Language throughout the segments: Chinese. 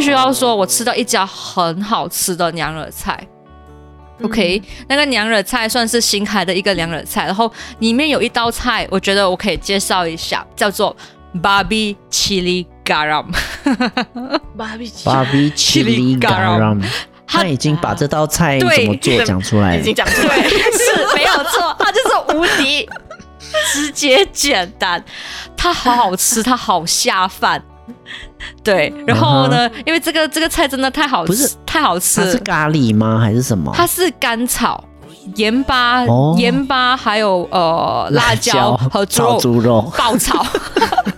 须要说，我吃到一家很好吃的娘惹菜。OK，、那个嗯娘惹菜算是新开的一个娘惹菜，然后里面有一道菜，我觉得我可以介绍一下，叫做 Barbie Chili Garam。芭比鸡芭 比奇里 Chili garam 他已经把这道菜怎么做讲出来已经了。讲出来 对，是没有错，它就是无敌，直接简单，它好好吃，它好下饭。对，然后呢因为这个这个菜真的太好嗯不是吃，太好吃它了，是咖喱吗？还是什么？它是甘草、盐巴、哦盐巴还有呃辣椒和 猪炒肉猪肉。爆炒。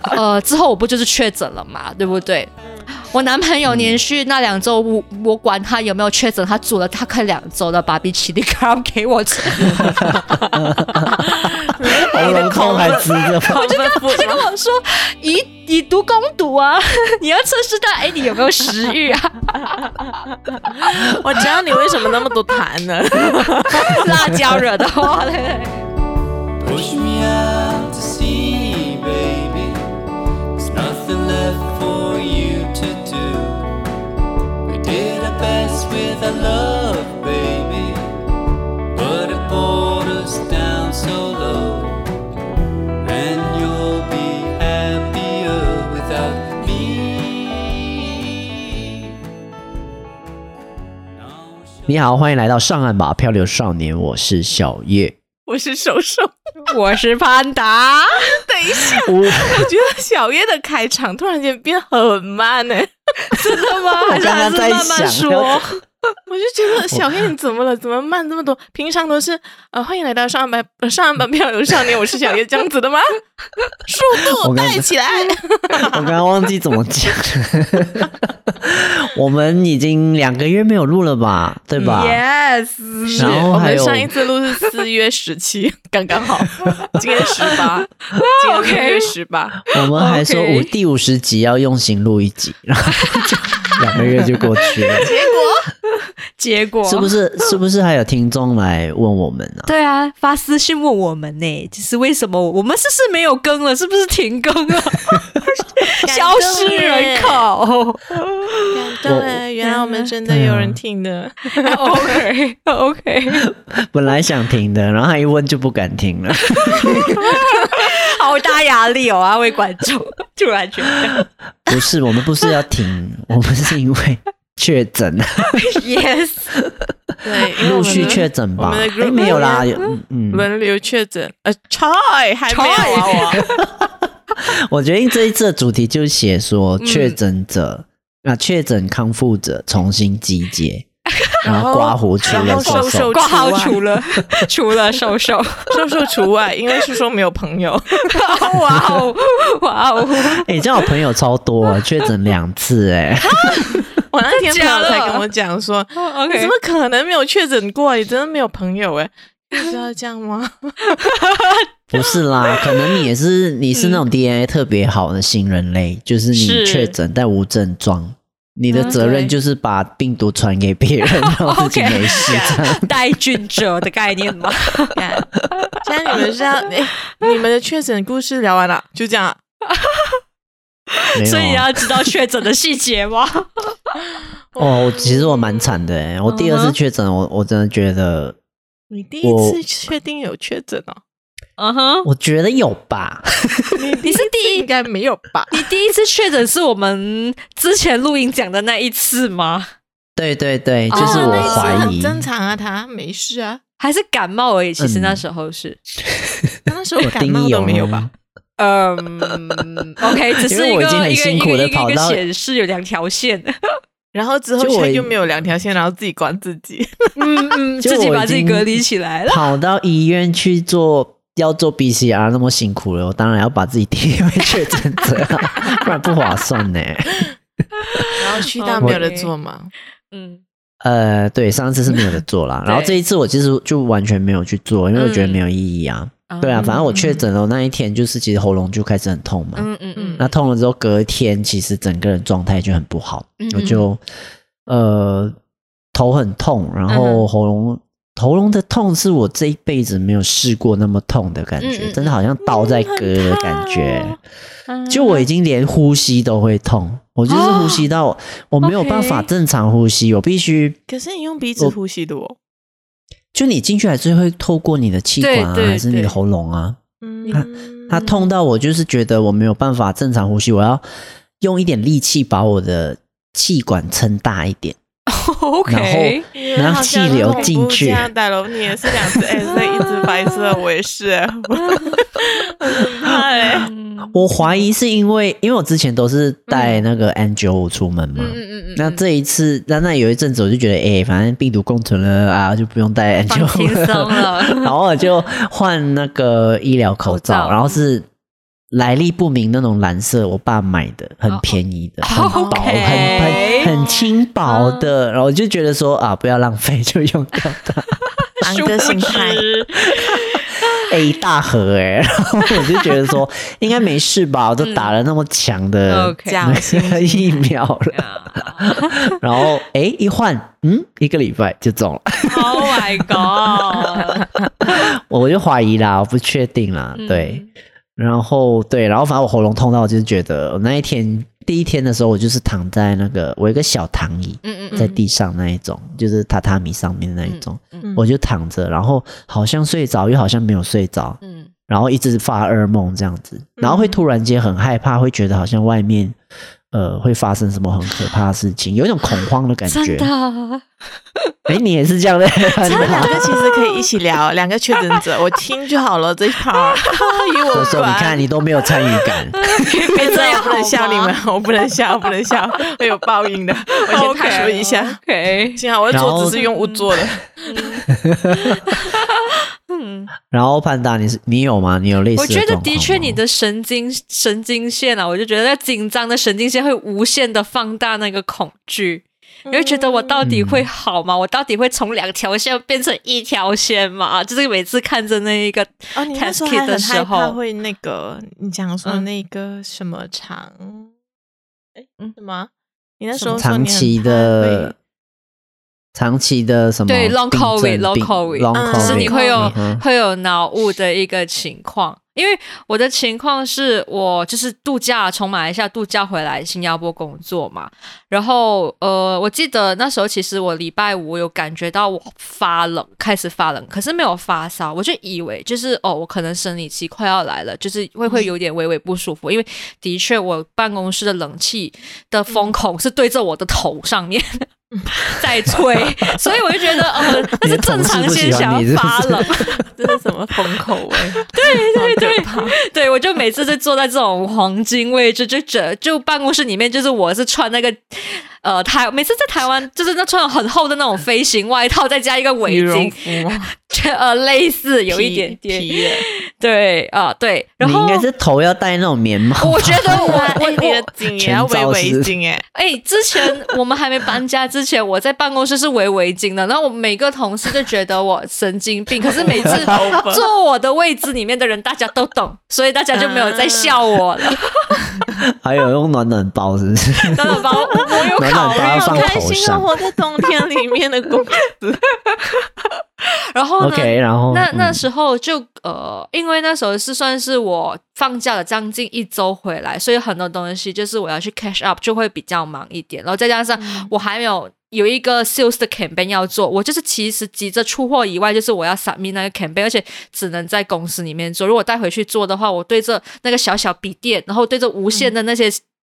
呃，之后我不就是确诊了嘛，对不对？我男朋友连续那两周，我我管他有没有确诊，他煮了大概两周的 b 比 b 利 c 给我 吃，喉咙痛还吃着吗？我就跟他就跟我说以以毒攻毒啊， 你要测试到哎你有没有食欲 啊，我知道你为什么那么多痰呢？ 辣椒惹的祸。对对 Push me out to sea, baby. There's nothing left for you to do. We did our best with our love, baby. But it brought us down so low. And you'll be happier without me. Now shall 你好，欢迎来到上岸吧，漂流少年，我是小 叶。我是手手。对我是潘达，等一下，啊我觉得小月的开场突然间变很慢呢、 真的吗？ 我还是刚还刚是在慢慢想，说。我就觉得小月你怎么了？怎么慢这么多？平常都是呃，欢迎来到上岸班、 呃上岸班漂流少年，我是小月这样子 的吗？速度我刚带起来！ 我刚刚忘记怎么讲。 我们已经两个月没有录了吧？对吧？ Yes，然后我还们有上一次录是四月十七， 刚刚好，今天十八，今天 OK 六月十八，我们还说 OK 五第五十集要用心录一集，然后就两个月就过去了，结果是不是？是不是还有听众来问我们啊？对啊，发私信问我们呢，就是为什么我们是不是没有更了？是不是停更 了？消失人口。当然，原来我们真的有人听的，嗯 OK OK，本来想听的，然后他一问就不敢听 了。好大压力哦，安慰观众。突然觉得不是，我们不是要停，我们是因为确诊， ，yes，对， 因为我陆们续确诊我吧？们的哎， group 啊没有啦，有嗯，嗯轮流确诊，呃，Troy 还没有啊，我。我决定这一次的主题就写说确诊者，嗯那确诊康复者重新集 结，然后刮胡除然了后收手手手挂号除除 了除了瘦瘦，瘦瘦除外，因为叔叔没有朋友。哇哦哇哦，哎、这样我朋友超多、啊确诊两次哎、我那天朋友才假的跟我讲说， OK 你怎么可能没有确诊过？啊你真的没有朋友哎、你知道这样吗？不是啦， 可能你也是你是嗯那种 DNA 特别好的新人类，就是你是确诊但无症状，你的责任 OK 就是把病毒传给别人， 然后自己 OK 没事这样。带菌者的概念 吗？看，现在你们是要哎、你们的确诊故事聊完了，就这样啊。没有所以啊要知道确诊的细节吗？哦，我其实我蛮惨的嗯哎、我第二次确诊，我我真的觉得，你第一次确定有确诊哦？嗯哼，我觉得有吧。你你是第一 应该没有吧？你第一次确诊是我们之前录音讲的那一次吗？对对对，哦就是我那一次怀很疑，正常啊，他没事啊，还是感冒而已。其实嗯那时候是，他那时候我感定冒义哦都有没有吧吗？？ 嗯，OK，只是因一为我个已经很一个辛一苦个地一个跑一个到显示有两条 线，然后之后就我现在又没有两条线，然后自己管自己。嗯嗯，就 自己我把已自己经隔离起来了。跑到医院去做要做 PCR 那么辛苦了，我当然要把自己定义为确诊者啊， 不然不划算呢。然后 去到哦没有对的做嘛，嗯，呃，对，上次是没有的 做啦，然后对这一次我其实就完全没有去做，因为我觉得嗯没有意义啊。对啊，反正我确诊了那一天，就是其实喉咙就开始很痛嘛。嗯嗯嗯那痛了之后，隔天其实整个人状态就很不好，嗯我就呃头很痛，然后喉咙喉咙的痛是我这一辈子没有试过那么痛的感嗯觉，嗯真的好像刀在割的感觉。啊嗯就我已经连呼吸都会痛，我就是呼吸到、我没有办法哦 OK 正常呼吸，我必须可是你用鼻子呼吸的哦，就你进去还是会透过你的气管啊，对对还是你对的喉咙啊，嗯，它痛到我就是觉得我没有办法正常呼吸，我要用一点力气把我的气管撑大一点。 OK，然后气流进去这样大楼你也是两只 S 一只白色，我也是， 我很怕 哎、嗯我怀疑是因为，因为我之前都是带那个 N 九五出门嘛。嗯嗯嗯，那这一次，那那有一阵子我就觉得，哎、反正病毒共存了啊，就不用戴 N 九放五轻松了， 然后我就换那个医疗口罩，口罩嗯然后是来历不明那种蓝色，我爸买的，很便宜的，哦很薄， OK 嗯很很很轻薄的。然后我就觉得说啊，不要浪费，就用 掉它。狼的心态，哎、一大盒哎、然后我就觉得说 应该没事吧，我都打了那么强的 OK 假惺疫苗 了，然后哎、一换，嗯，一个礼拜就中了。 Oh my god！ 我就怀疑啦，我不确定啦，对。然后对，然后反正我喉咙痛到，我就觉得呃我那一天第一天的时候，我就是躺在那个我有一个小躺椅嗯嗯在地上那一种，就是榻榻米上面那一种，嗯我就躺着，然后好像睡着又好像没有睡着，嗯然后一直发噩梦这样子，然后会突然间很害怕，会觉得好像外面呃会发生什么很可怕的事情，有一种恐慌的感嗯， 真觉。的，哎，你也是这样的，真他们 两个其实可以一起聊，两个确诊者，我听就好了这一 part，以我我说你管看你都没有参与 感。别哎这样，我不能笑好吗你们， 我不能笑，我不能笑，会有报应的。我先探索一下。 OK，幸好我的然后桌子是用物做的，然后潘达，你是你有吗？你有类似我状觉得况的确，吗你的神经神经线啊，我就觉得那紧张的神经线会无限的放大那个恐惧，你会觉得我到底会好吗？我到底会从两条线变成一条线吗？就是每次看着那一个哦，你那时候 test kit 还的很时害怕候，会那个，你讲说嗯那个什么长，哎、嗯什么？你那时什候么说你很长期的、长期的什么对，long 病症 covid，long 病 covid， long 嗯就 covid，是你会有、嗯哼会有脑雾的一个情况。因为我的情况是我就是度假从马来西亚度假回来新加坡工作嘛，然后呃，我记得那时候其实我礼拜五有感觉到我发冷，开始发冷，可是没有发烧，我就以为就是哦，我可能生理期快要来了，就是会嗯会有点微微不舒服，因为的确我办公室的冷气的嗯风孔是对着我的头上面 在 吹，所以我就觉得呃，那你的是同正事常不现喜欢象你是不发是冷。 这是什么风口 味？对对对，对，我就每次就坐在这种黄金位置，就觉就办公室里面，就是我是穿那个呃台，每次在台湾就是那穿很厚的那种飞行外套，再加一个围羽绒巾，服吗？ 呃类似有一皮点点，皮的对啊、对，然你后应该是头要戴那种棉帽吧，我觉得我哇，我哎，你的我颈也要围围巾哎，哎，之前我们还没搬家之前，我在办公室是围围巾的，然后我每个同事就觉得我神经病，可是每次坐我的位置里面的人大家都懂，所以大家就没有在笑我了。 还有用暖暖包，是 不是？当然吧，我我有 暖考暖虑包要放好开头心哦！上。活在冬天里面的 公司，然后呢 OK，然后那那嗯时候就呃，因为那时候是算是我放假了将近一周回来，所以很多东西就是我要去 cash up，就会比较忙一点。然后再加上我还没有。有一个 sales 的 campaign 要做，我就是其实急着出货以外，就是我要 submit 那个 campaign，而且只能在公司里面做。如果带回去做的话，我对着那个小小笔电，然后对着无线的那些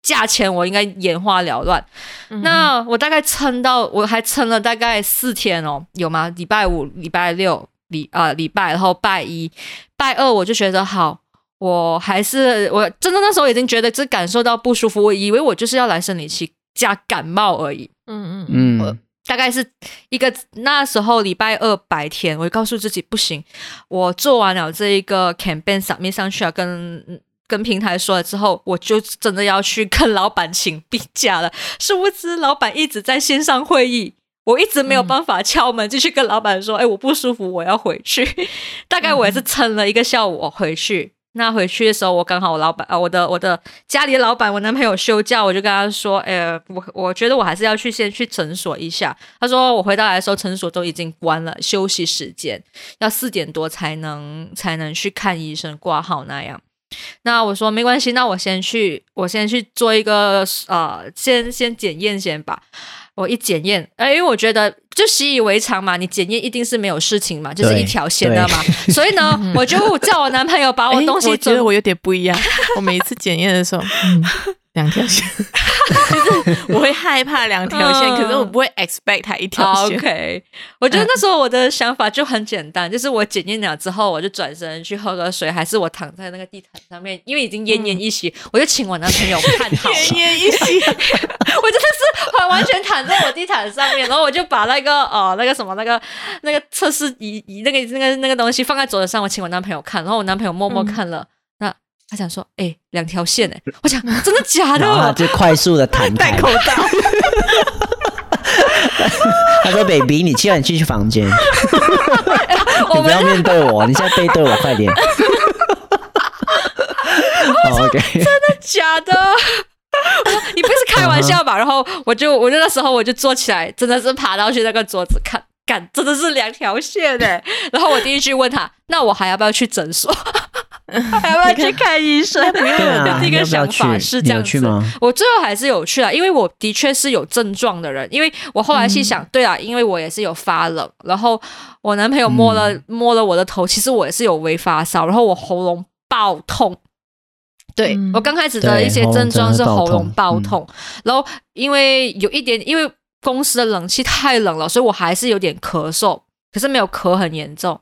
价钱，我应该眼花缭乱。嗯那我大概撑到，我还撑了大概四天哦，有吗？礼拜五、礼拜六、礼啊、礼拜，然后拜一、拜二，我就觉得好，我还是我真的那时候已经觉得这感受到不舒服，我以为我就是要来生理期加感冒而已。嗯嗯嗯，大概是一个那时候礼拜二白天，我就告诉自己不行，我做完了这一个 campaign submit 上去了，啊跟跟平台说了之后，我就真的要去跟老板请病假了。殊不知老板一直在线上会议。我一直没有办法敲门，就去 跟老板说：“哎、我不舒服，我要回去。”大概我也是撑了一个下午，我回去，那回去的时候，我刚好我老板啊、呃我的我的家里的老板，我男朋友休假，我就跟他说，呃，我我觉得我还是要去先去诊所一下。他说我回到来的时候，诊所都已经关了，休息时间要四点多才能才能去看医生挂号那样。那我说没关系，那我先去，我先去做一个呃，先先检验先吧。我一检验，哎，因为我觉得就习以为常嘛，你检验一定是没有事情嘛，就是对一条线的嘛。所以呢，我就叫我男朋友把我哎东西我觉准得我有点不一 样。我每一次检验的时候，嗯两条线， 就是我会害怕两条线，嗯可是我不会 expect 它一条线。 OK，我嗯觉得那时候我的想法就很简单，就是我检验了之后，我就转身去喝个水，还是我躺在那个地毯上面，因为已经奄奄嗯一息，我就请我男朋友看 好了。奄奄一息，我真的是很完全躺在我地毯上面，然后我就把那个呃那个什么那个那个测试仪仪那个那个那个东西放在桌子上，我请我男朋友看，然后我男朋友默嗯默看了，那他想说，哎、两条线哎、我想真的假的？ 然后他就快速的弹 开戴，口罩，他说：“baby，你既然去房间，你 我不们要面对我，你现在背对我， 快点。”好 OK，假的。 我说你不是开玩笑吧？然后我就我就那时候我就坐起来，真的是爬到去那个桌子看，干真的是两条线 哎。然后我第一句问他，那我还要不要去诊 所？还要不要去看医 生？对 啊，第一你要个不要想法去是你这样有子。去吗？我最后还是有去啊，因为我的确是有症状的人，因为我后来细嗯想，对啊，因为我也是有发冷，然后我男朋友摸了、嗯摸了我的头，其实我也是有微发烧，然后我喉咙爆痛。对、嗯我刚开始的对一些症状是喉喉咙咙爆爆痛，嗯然后因为有一点，因为公司的冷气太冷了，所以我还是有点咳嗽，可是没有咳很严重。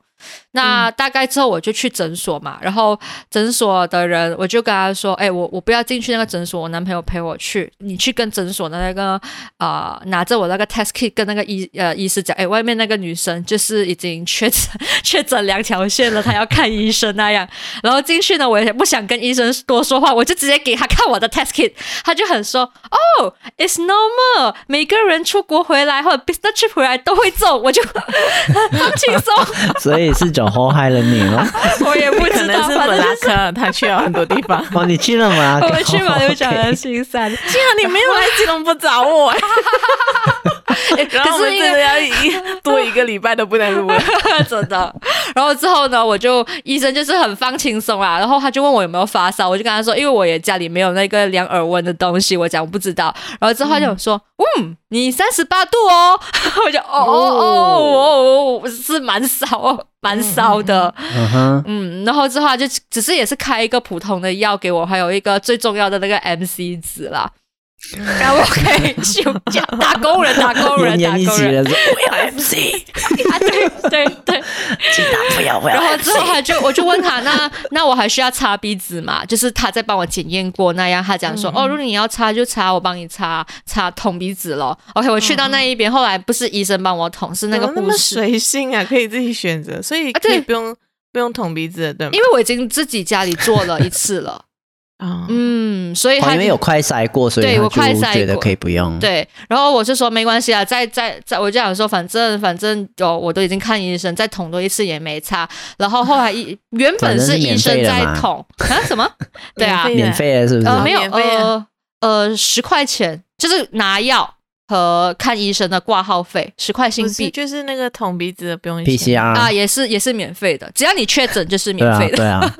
那大概之后我就去诊所嘛，然后诊所的人我就跟他说：“哎、我我不要进去那个诊所，我男朋友陪我去，你去跟诊所的那个呃拿着我那个 test kit 跟那个医呃医师讲，哎、外面那个女生就是已经确诊 确诊两条线了，她要看医生那样。然后进去呢，我也不想跟医生多说话，我就直接给他看我的 test kit，他就很说：哦、i t s normal，每个人出国回来或者 business trip 回来都会中，我就 很轻松。”所以是酒后害了你吗？ 我也不可知能道，是反本正拉克，他去了很多地方。哦，你去了吗？我们去马 六甲哦的 ，OK 新山。幸好你没有来吉隆坡找 我，哎可然后我们是因真的为要一多一个礼拜都不 能录了。真的， 然后之后呢，我就医生就是很放轻松啊啦，然后他就问我有没有发烧，我就跟他说，因为我也家里没有那个量耳温的东西，我讲我不知道。然后之后他就说，嗯，你三十八度哦， 我就哦哦哦哦，是蛮烧哦，蛮烧的。嗯哼，嗯，然后之后他就只是也是开一个普通的药给我，还有一个最重要的那个 MC 值啦。然后我可以休假，打工人，打工奄 人，打奄一工息人了，哦说我要 MC， 啊！对对对。请打不要，我要然后 MC 之。后他就我就问他，那那我还需要擦鼻子嘛？就是他在帮我检验过那样，他讲说，嗯哦，如果你要擦就擦，我帮你擦擦捅鼻子咯。OK，我去到那一边，后来不是医生帮我捅，是那个怎么那护么士。随性啊，可以自己选择，所以啊可对以不用、不用捅鼻子的，对吗因？为我已经自己家里做了一次了，啊、嗯，所以哦他因为有快筛过，所对以他我快就筛觉得过可以不用。，对，然后我就说没关系啊，再再再，我就想说反正反正哦，我都已经看医生，再捅多一次也没差。然后后来医原 反本正是是医免生费的在嘛捅 啊什么？对啊，免 免费的是不是？呃没有免费啊呃呃十块钱，就是拿药和看医生的挂号费十块新不是币就是那个捅鼻子的不用钱 PCR 啊、也是也是免费的，只要你确诊就是对免啊费，的。对啊，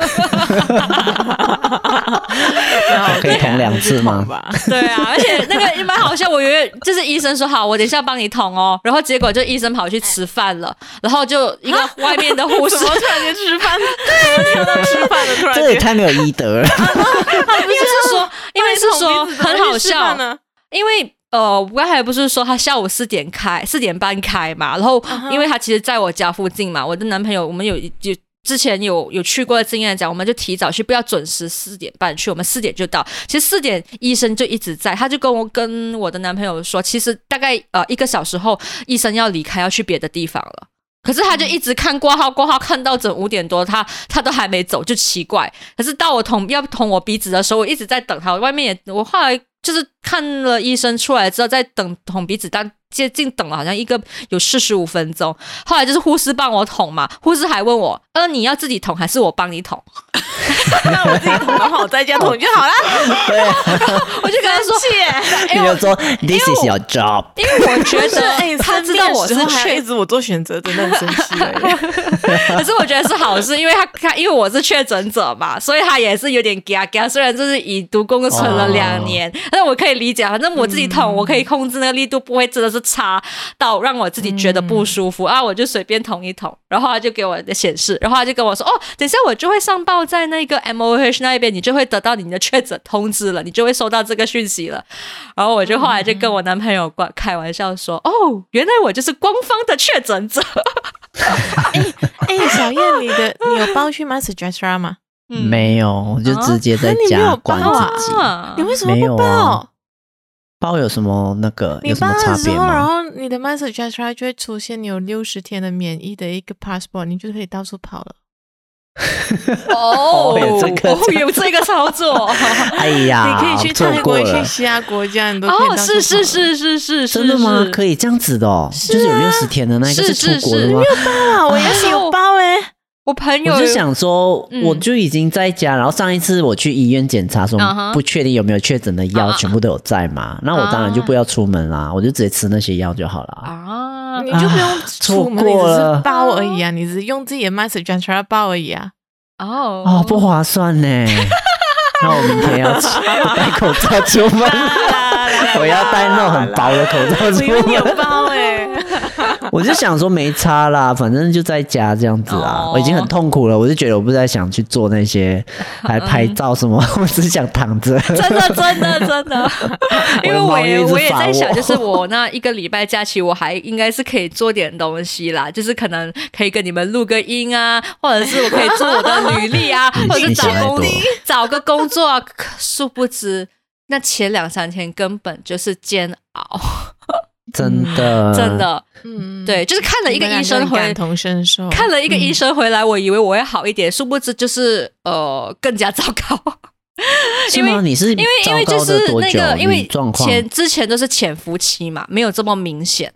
然后 可以捅两次吗捅吧， 对啊，而且那个也蛮好笑，我以为就是医生说好，我等一下帮你捅哦，然后结果就医生跑去吃饭了，然后就一个外面的 护士，怎么突然间吃饭？对，听到吃饭了，突然这也间。太没有 医德了。因为是说，因为是说很好笑，呢，因为。呃，我刚才不是说他下午四点开，四点半开嘛，然后因为他其实在我家附近嘛，我的男朋友我们有有之前有有去过的经验讲，我们就提早去，不要准时四点半去，我们四点就到。其实四点医生就一直在，他就跟我跟我的男朋友说，其实大概呃一个小时后医生要离开，要去别的地方了。可是他就一直看挂号，挂号看到整五点多，他他都还没走，就奇怪。可是到我捅要捅我鼻子的时候，我一直在等他，外面也我后来就是看了医生出来之后，在等捅鼻子，但接近等了好像一个有四十五分钟，后来就是护士帮我捅嘛，护士还问我，呃，你要自己捅还是我帮你捅？那我自己捅的话，我在家捅就 好了。对，我就跟他 说，哎你就说 This is your job。因为 我觉得哎 他知道我是生病的时候还要确一直我做选择，真的很生气哎。 可是我觉得是好事，因为他他因为我是确诊者嘛，所以他也是有点嘎嘎。虽然这是以毒攻存了两年，但是我可以理解，反正我自己捅，我可以控制那个力度，不会真的是差到让我自己觉得不舒服、啊。我就随便捅一捅，然后他就给我的显示，然后他就跟我说：“哦，等一下我就会上报在那个 M O H 那一边，你就会得到你的确诊通知了，你就会收到这个讯息了。”然后我就后来就跟我男朋友挂开玩笑说：“哦，原来我就是官方的确诊者。” 哎，小燕，你的你有包去 Master 吗？嗯没有，我就直接哎在那你没家有管包啊自己。啊 你为什么没有不啊包？包有什么那个你有什包么了差之别后，然吗？后你的 Master Jasper 就会出现你有六十天的免疫的一个 passport，你就可以到处跑了。哦，哦有这个哦有这个操 作，哎呀，你可以去错泰过国、了去，西亚国家，你都可以到哦，处是是跑是是是，真的吗？可以。以这样子的哦，就是有六十天的那个啊是是出国的是吗？啊！我也有包哎、我朋友我就想说嗯，我就已经在家，然后上一次我去医院检查，说嗯哼不确定有没有确诊的药啊全部都有在嘛，那我当然就不要出门啦，我就直接吃那些药就好了。啊，你就不用出错门，你过只了是包而已啊，你只是用自己的 Master Jasper 包而已啊。哦哦，不划算呢。 那我明天要戴口罩出 门，我要戴那种很薄的口罩你出门。 包哎、我就想说没差啦，反正就在家这样子啊，哦我已经很痛苦了，我就觉得我不再想去做那些，还嗯拍照什么， 我只想躺着。真的真的真 的，因为我我的猫咪一也直我也烦在我想，就是 我那一个礼拜假期，我还应该是可以做点东西啦，就是可能可以跟你们录个音啊，或者是我可以做我的履历 啊，你或者是你找想太工多 找个工作啊，可殊不知那前两三天根本就是煎熬，真的，真。的。嗯，对，就是看了一个医生你们两个人回感，同身受，看了一个医生回来，我以为我会好一点，殊不知就是呃更加糟糕。 是吗？你 是因因为因为就是那个，因为状况前之前都是潜伏期嘛，没有这么明显。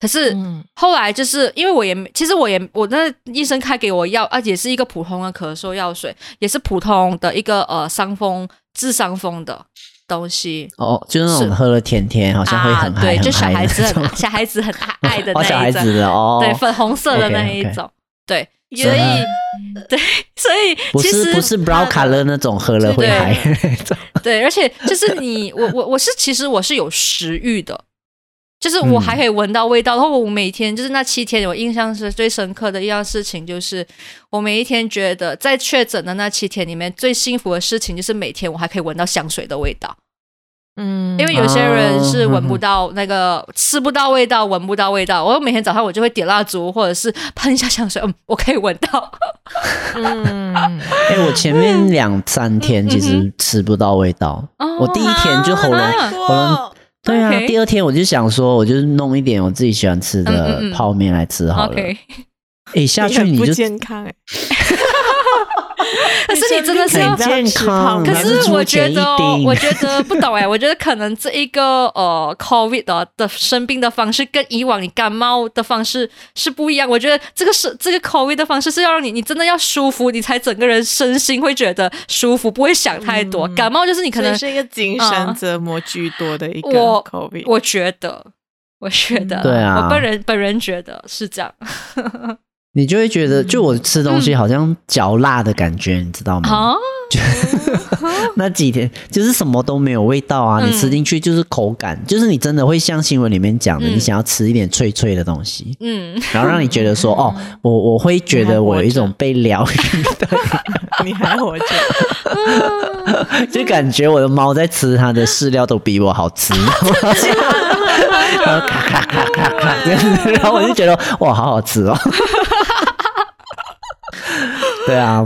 可是嗯后来就是因为我也没其实我也我那医生开给我药啊，也是一个普通的咳嗽药水，也是普通的一个呃伤风治伤风的东西。哦，就是那是种喝了甜甜，好像会很啊，嗨、对，很就小嗨孩的子那种很小孩子很爱爱的哦，小那孩一种，子的哦，对，粉红色的那一 OK，OK 种，对，也所以嗯对，所不以其是实不是 brown color 那种喝了会嗨的那种，对，而且就是你，我我我是其实我是有食欲的，就是我嗯还可以闻到味道。然后我每天就是那七天，我印象是最深刻的一样事情，就是我每一天觉得在确诊的那七天里面，最幸福的事情就是每天我还可以闻到香水的味道，嗯，因为有些人是哦闻不到那个吃不到味道，闻不到味道。我每天早上我就会点蜡烛，或者是喷一下香水，嗯，我可以闻到。嗯，哎、我前嗯面两三天其实吃不到味道，哦我第一天就喉咙、啊喉咙。对啊 OK 第二天我就想说，我就弄一点我自己喜欢吃的嗯嗯嗯泡面来吃好了。哎、 OK，下去你你很不就健康哎、可是你真的是要很健康，可还是是我出觉前一得哦，丁我觉得不懂 哎，我觉得可能这一个呃，COVID 的的生病的方式跟以往你感冒的方式是不一样。我觉得这个是这个 COVID 的方式是要让你你真的要舒服，你才整个人身心会觉得舒服，不会想太多。嗯感冒就是你可所以能，是一个精神折磨居多的一个我 COVID。我觉得。我觉得，对啊我本人本人觉得是这样。你就会觉得，就我吃东嗯西好像嚼蜡的感觉，你知道吗？啊，那几天就是什么都没有味道啊，嗯你吃进去就是口感，就是你真的会像新闻里面讲的，嗯你想要吃一点脆脆的东西，嗯，然后让你觉得说，哦，我我会觉得我有一种被疗愈 你还活着，的， 就感觉我的猫在吃它的饲料都比我好 吃，然后咔呃咔咔咔咔这样子，然后我就觉得哇，好好吃哦。对啊，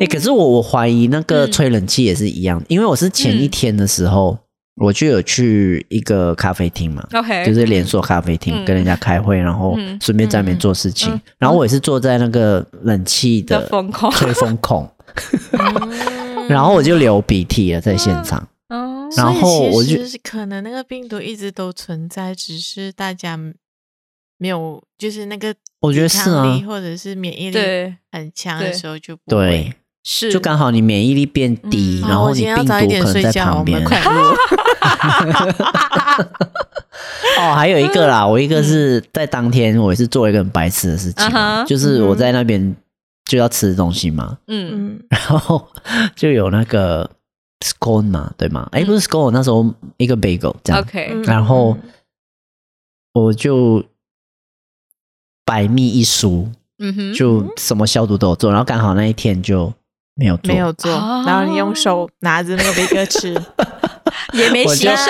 哎、可是我我怀疑那个嗯吹冷气也是一样，因为我是前一天的时候，我就有去一个咖啡厅嘛 OK 就是连锁咖啡厅、嗯跟人家开会，然后嗯顺便在那边做事情，嗯然后我也是坐在那个冷气的的风控， 吹风孔，然后我就流鼻涕了，在现场。哦然后所以我其就实是可能那个病毒一直都存在，只是大家没有，就是那个我觉得抵是抗啊力或者是免疫力对，很强的对时候就不会对，是就刚好你免疫力变低，嗯然哦后我你今天病要毒早一点可能睡在觉，我旁边们。快录。哦，还有一个啦，我一个是在当天，我也是做一个很白痴的事情啊，嗯哼就是我在那边就要吃东西嘛， 嗯嗯，然后就有那个 scone 嘛，对吗？哎，不是 scone，我那时候一个 bagel 这样，OK，嗯然后我就百密一疏，嗯哼，就什么消毒都有做，然后刚好那一天就没有做，没有做，哦然后你用手拿着那个贝哥 吃，也没我洗就手，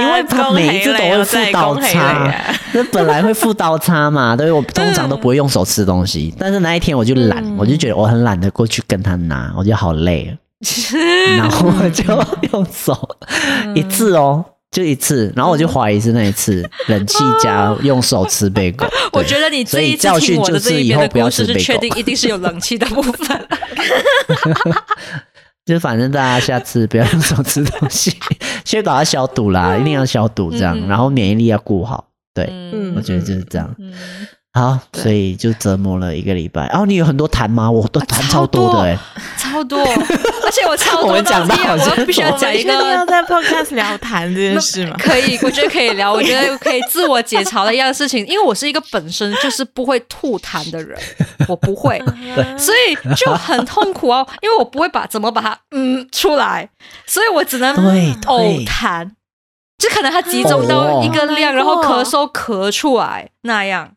因为他每一次都会啊附刀叉，啊那本来会附刀叉嘛，对我通常都不会用手吃东西，但是那一天我就懒，嗯我就觉得我很懒得过去跟他拿，我就好累啊了， 然后我就用手嗯一次哦。就一次，然后我就怀疑是那一次 冷气加用手吃贝果。我对觉得你这所一以次教听训我就的这是一以边后的不要故吃事贝是果。确定一定是有冷气的部 分。就反正大家下次不要用手吃东西， 确保要消毒啦，一定要消毒这样，嗯然后免疫力要顾好。对，嗯我觉得就是这样。嗯，好，所以就折磨了一个礼拜。然、后哦你有很多痰吗？我都痰超多的哎、啊超多， 而且我超多我们讲到地好像我又必须要我讲们一确定个。要在 podcast 聊谈这件事 吗？可以，我觉得可以聊，我觉得可以自我解嘲的一样事情，因为我是一个本身就是不会吐痰的人，我不会，所以就很痛苦哦，因为我不会把怎么把它嗯出来，所以我只能对对呕痰，就可能它集中到一个量，哦然后咳嗽咳出来那样。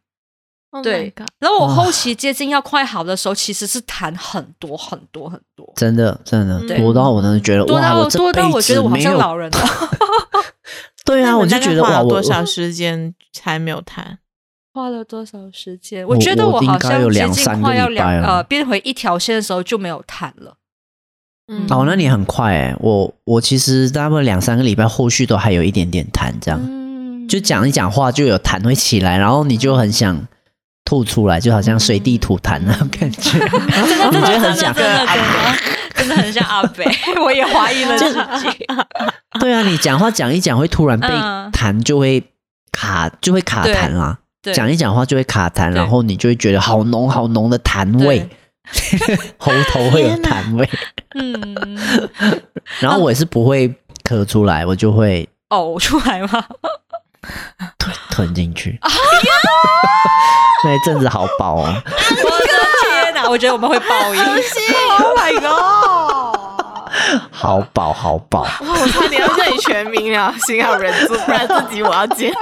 Oh my 对 God 然后我哇后期接近要快好的时候，其实是痰很多很多很多，真的真的对多到我真的觉得嗯多哇，到这多辈到我觉子得我好没像有老 人了。对那啊，你我就大概觉得花哇，了我多少我时间才没有谈？花了多少时间？我我觉得我好应该像有接两近三个快要礼两拜了呃变回一条线的时候就没有痰了。嗯哦，那你很快哎、我我其实大概两三个礼拜后续都还有一点点痰这样。嗯，就讲一讲话就有痰会起来，然后你就很想吐出来，就好像随地吐痰那种 感觉，你真就的很真想嗯 的真。的真的真的很像阿北， 我也怀疑了自己。对啊，你讲话讲一讲会突然被嗯痰就会卡，就会卡痰啦。对，讲一讲话就会卡痰，对然后你就会觉得好浓好浓的痰味， 喉头会有痰味。嗯，然后我也是不会咳出来，我就会呕出来吗？吞吞进去。哎 那一阵子好饱 哦，我的天哪！我觉得我们会报应。 Oh my god！好饱好饱。 哇，我差点要叫你全名 了，幸好忍住，不然自己我要接。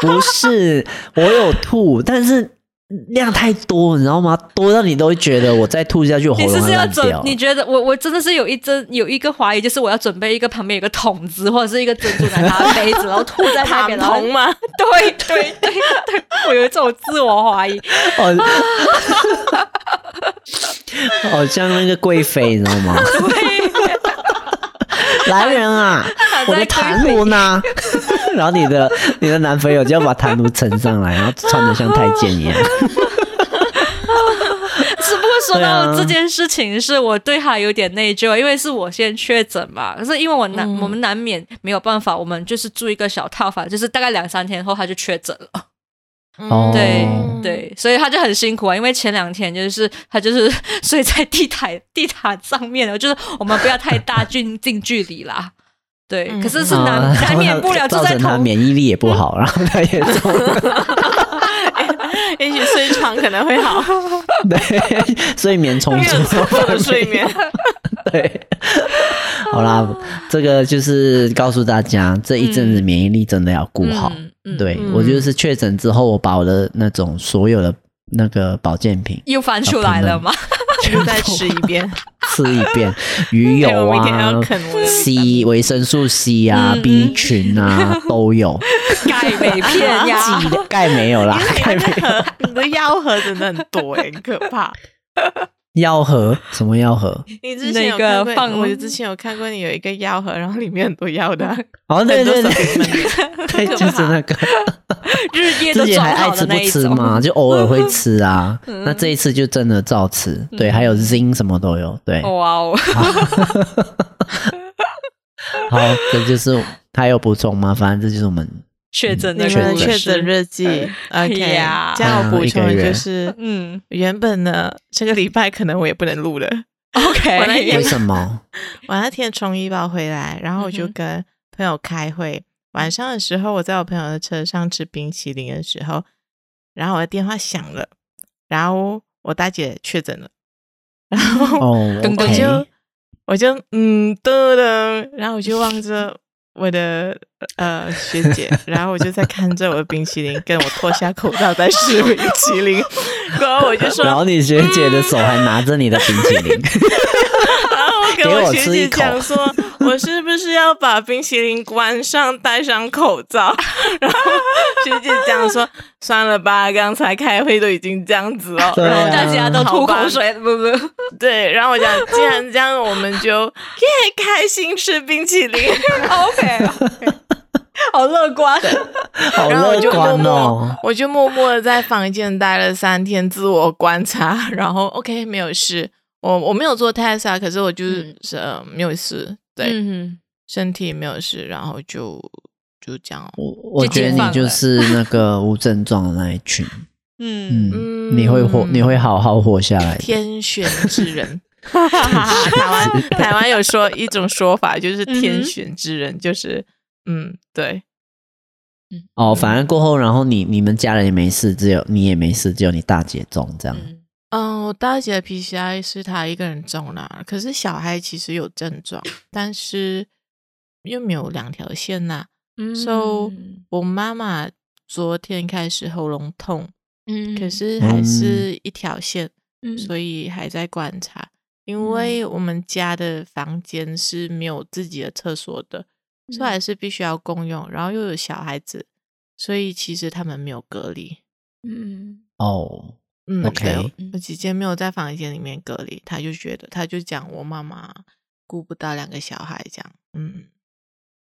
不是，我有吐，但是量太多，你知道吗？多到你都会觉得我再吐下去，我喉你是咙不会是要烂准掉？。你觉得我我真的是有一针有一个怀疑，就是我要准备一个旁边有个桶子或者是一个珍珠奶茶的杯子，然后吐在那边，坦然 后同吗？对对对对，我有一种自我怀疑。哦， 好像那个贵妃，你知道 吗？来人啊！我的痰炉呢？ 然后你的你的男朋友就要把痰炉盛上来，然后穿的像太监一样。只不过说对啊到这件事情，是我对他有点内疚，因为是我先确诊嘛。可是因为我嗯难，我们难免没有办法，我们就是住一个小套房，就是大概两三天后他就确诊了。嗯哦对对，所以他就很辛苦啊，因为前两天就是他就是睡在地毯 地毯上面了，就是我们不要太大近近距离啦。对，可 是是 难、啊难免不了住造在成他同免疫力也不好，然后他也中也许睡床可能会 好， 对，所以免因充为足有。充分的睡 眠。 对，好啦，啊这个就是告诉大家，这一阵子免疫力真的要顾好。嗯嗯对、嗯我就是确诊之后，我把我的那种所有的那个保健品 又翻出来了嘛。又再吃一遍，吃一遍，鱼哎油我明天啊要啃我 的维他 C 命维生素 C 啊、嗯 B 群 啊都有，钙镁片 呀，剂量钙没有啦，钙没有。 你的药盒真的很多哎、很可怕。药盒什么药盒？ 你之前有那个看过，放我之前有看过你有一个药盒，然后里面很多药的啊，嗯 哦，对很多对什么对， 对，就是那个。日夜之都前装还爱好的吃不那一吃种。嗯嘛，就偶尔会吃 啊。那这一次就真的照吃，哦对，还有 zinc 什么都有，对。哇哦， 好，这就是他有补充吗？反正这就是 我们确诊的嗯你确们诊确诊日记，OK，哎呀这样我补充嗯一个的月就是，嗯原本呢这个礼拜可能我也不能录了， 我那 ，OK，为天什么？我那天从医保回来，然后我就嗯哼跟朋友开会。晚上的时候，我在我朋友的车上吃冰淇淋的时候，然后我的电话响了，然后我大姐确诊了， 然后哦跟我过去就、 ，OK，我就嗯噔噔，然后我就望着我的呃学 姐，然后我就在看着我的冰淇淋，跟我脱下口罩在吃冰淇淋， 然后我就说， 然后你学姐的手还拿着你的冰淇 淋，然后我跟给我学吃姐一口讲说，我是不是要把冰淇淋关上，戴上口罩？ 然后学姐讲说，算了吧，刚才开会都已经这样子了，对啊然后我大就家都吐口水，不 不，对，然后我讲，既然这样，我们就耶开心吃冰淇淋。 OK，好乐观。 好然后我乐就默观哦默。，我就默默的在房间待了三天，自我观察，然后 OK 没有事，我我没有做 test 啊，可是我就是、呃没有事，对，嗯，身体没有事，然后就就这样哦。我我就解觉得放你就了是那个无症状的那一群， 嗯，嗯，你会活，你会好好活下来的。天选之人。哈哈哈！台湾台湾有说一种说法，就是天选之人，就是嗯，对，嗯哦，反正过后，然后你你们家人也没事，只有你也没事，只有你大姐中这样。嗯，我大姐的 PCR 是她一个人中啦，可是小孩其实有症状，但是又没有两条线啦。嗯 So 我妈妈昨天开始喉咙痛，嗯可是还是一条线，嗯所以还在观察。因为我们家的房间是没有自己的厕所的，所以嗯还是必须要共用。然后又有小孩子，所以其实他们没有隔离。嗯哦，嗯 OK 对我我姐姐没有在房间里面隔离，她就觉得，她就讲我妈妈顾不到两个小孩这样。嗯，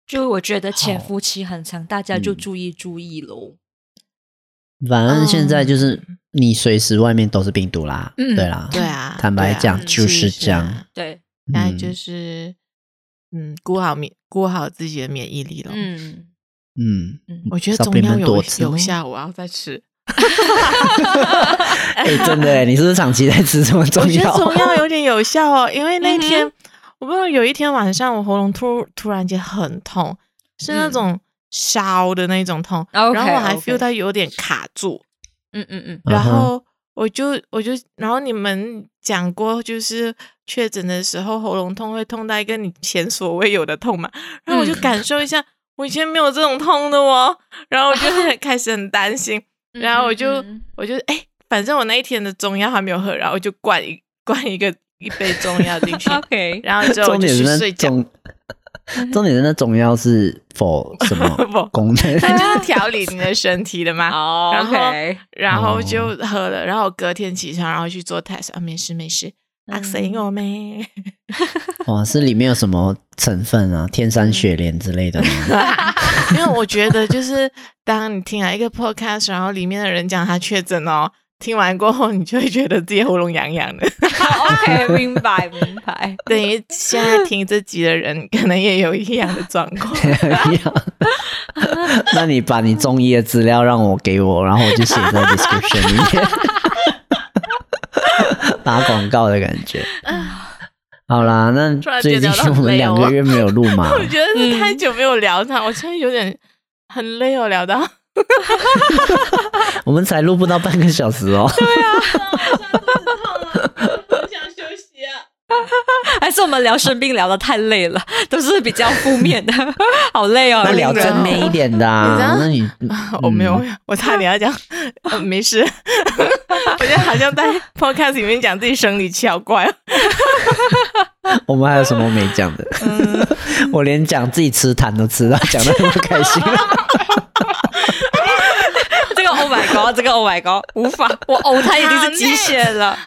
就我觉得潜伏期很长，大家就嗯注意注意喽。反正现在就是嗯你随时外面都是病毒啦，嗯对啦， 对啊，坦白对啊讲嗯就是这样啊对，那嗯就是嗯，顾好免顾好自己的免疫力了。，嗯，嗯，我觉得少中被你药们有多吃有咯效，我要再 吃。哎，真的耶，你是不是长期在吃什么我中觉得药？中药有点有效哦，因为嗯那天、我不知道有一天晚上我喉咙突突然间很痛，是那嗯种烧的那种痛， OK，然后我还 OK feel 到有点卡住，嗯嗯嗯， 嗯然哼后我就我就然后你们讲过，就是确诊的时候喉咙痛会痛到一个你前所未有的痛嘛，然后我就嗯感受一下，我以前没有这种痛的哦，然后我就很 开始很担心，然后我就嗯嗯，我就哎，反正我那一天的中药还没有喝，然后我就灌一灌一个一杯中药进去 OK，然后之后我重就点去是那睡觉，嗯中， 重点是那中药是否什 么功能？它就是调理你的身体的嘛。哦然后，OK，然哦后就喝了，然后我隔天起床，然后去做 test 啊，没事没事，嗯阿谁我没，哇，哦是里面有什么成分啊？天山雪莲之类的吗？ 因为我觉得就是当你听了一个 podcast，然后里面的人讲他确诊哦，听完过后你就会觉得自己喉咙痒痒的。 好，OK，明白明白。等于现在听这集的人可能也有一样的状况。 一样。那你把你中医的资料让我给我，然后我就写在 description 里 面，打广告的感觉。好啦，那突然觉最得近聊得我很累哦们两个月没有录嘛，我觉得是太久没有聊他，我现在有点很累哦，聊到我们才录不到半个小时 哦。很想休息啊。 还是我们聊生病聊得太累了， 都是比较负面的， 好累哦。那聊令人正面一点的、啊，那你我哦没有，嗯我差点要讲，呃、没事。 我觉得好像在 podcast 里面讲自己生理期好怪哦。我们还有什么没讲的？ 我连讲自己吃痰都吃到，讲的那么开 心。 这个 Oh my God，这个 Oh my God，无法，我呕它已经是哦极限了。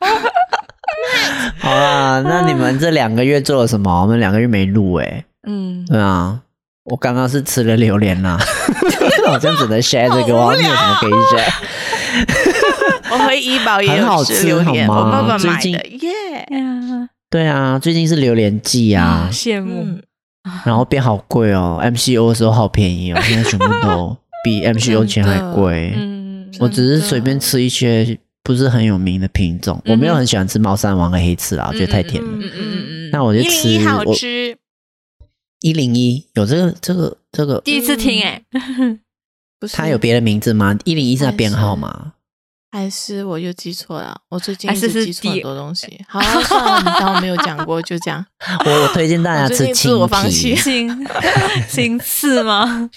好啦，那你们这两个月做了什么？我们两个月没录哎、嗯，对啊，我刚刚是吃了榴莲啦，好像只能 share 这个，我好像没有什么可以 share。我回医保也很有好吃吃榴莲，好我吗爸爸买最的耶。啊对啊，最近是榴莲季啊，羡慕嗯，然后变好贵哦，MCO 的时候好便宜哦，现在全部都比 MCO 钱还贵。嗯，哎我只是随便吃一些不是很有名的品种，我没有很喜欢吃猫山王和黑刺啊啦，我觉得太甜了。嗯嗯嗯嗯，那我就一吃零一好我吃，一零一有这个这个这个，第一次听哎，不是它有别的名字吗？一零一是它编号吗？还是我又记错了？我最近还一是直哎是记错很第多东 西。好、啊，算了，你当我没有讲过，就这样。我 我推荐大家我最吃近自我青放皮 弃，行行刺吗？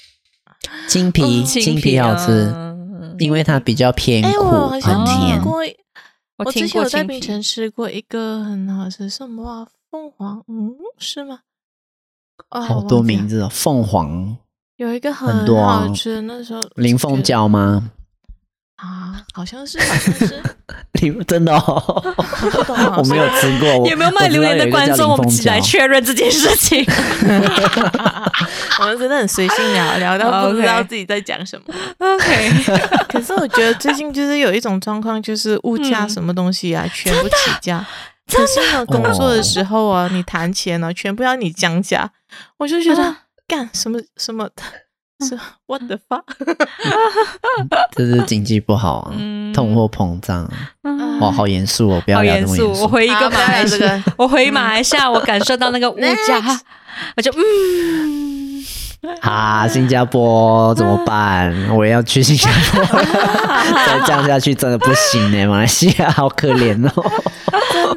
青皮青皮好吃，哦嗯因为它比较偏哎、我苦好很像 听。甜过， 我之听前过有在青槟皮，城吃过一个很好吃，什么啊？凤凰，嗯，是吗？哦，好我多忘记了名字哦，凤凰、有一个很多啊好吃，那时候林凤觉得叫 吗？啊，好像是，好像 是，林真的哦，我不懂啊，我没有吃过。我有没有卖榴莲的观众，我们一起来。确认这件事情。 我们真的很随性聊，聊到不知道 OK 自己在讲什么。 OK，可是我觉得最近就是有一种状况，就是物价嗯什么东西啊，全部起价。可是呢，工作的时候啊，你谈钱呢、全部要你讲价，我就觉得、干什么什么的，是 what the fuck？有人有在林凤叫这是经济不好啊， 嗯通货膨胀啊。嗯哇，好严肃哦，不要好聊这严么肃。嗯严我 肃。 回一个马来西这个我回马来西亚，我感受到 那个物价 Next，我就嗯，啊，新加坡怎么办？我也要去新加 坡，再这样下去真的不行呢。马来西亚好可怜哦。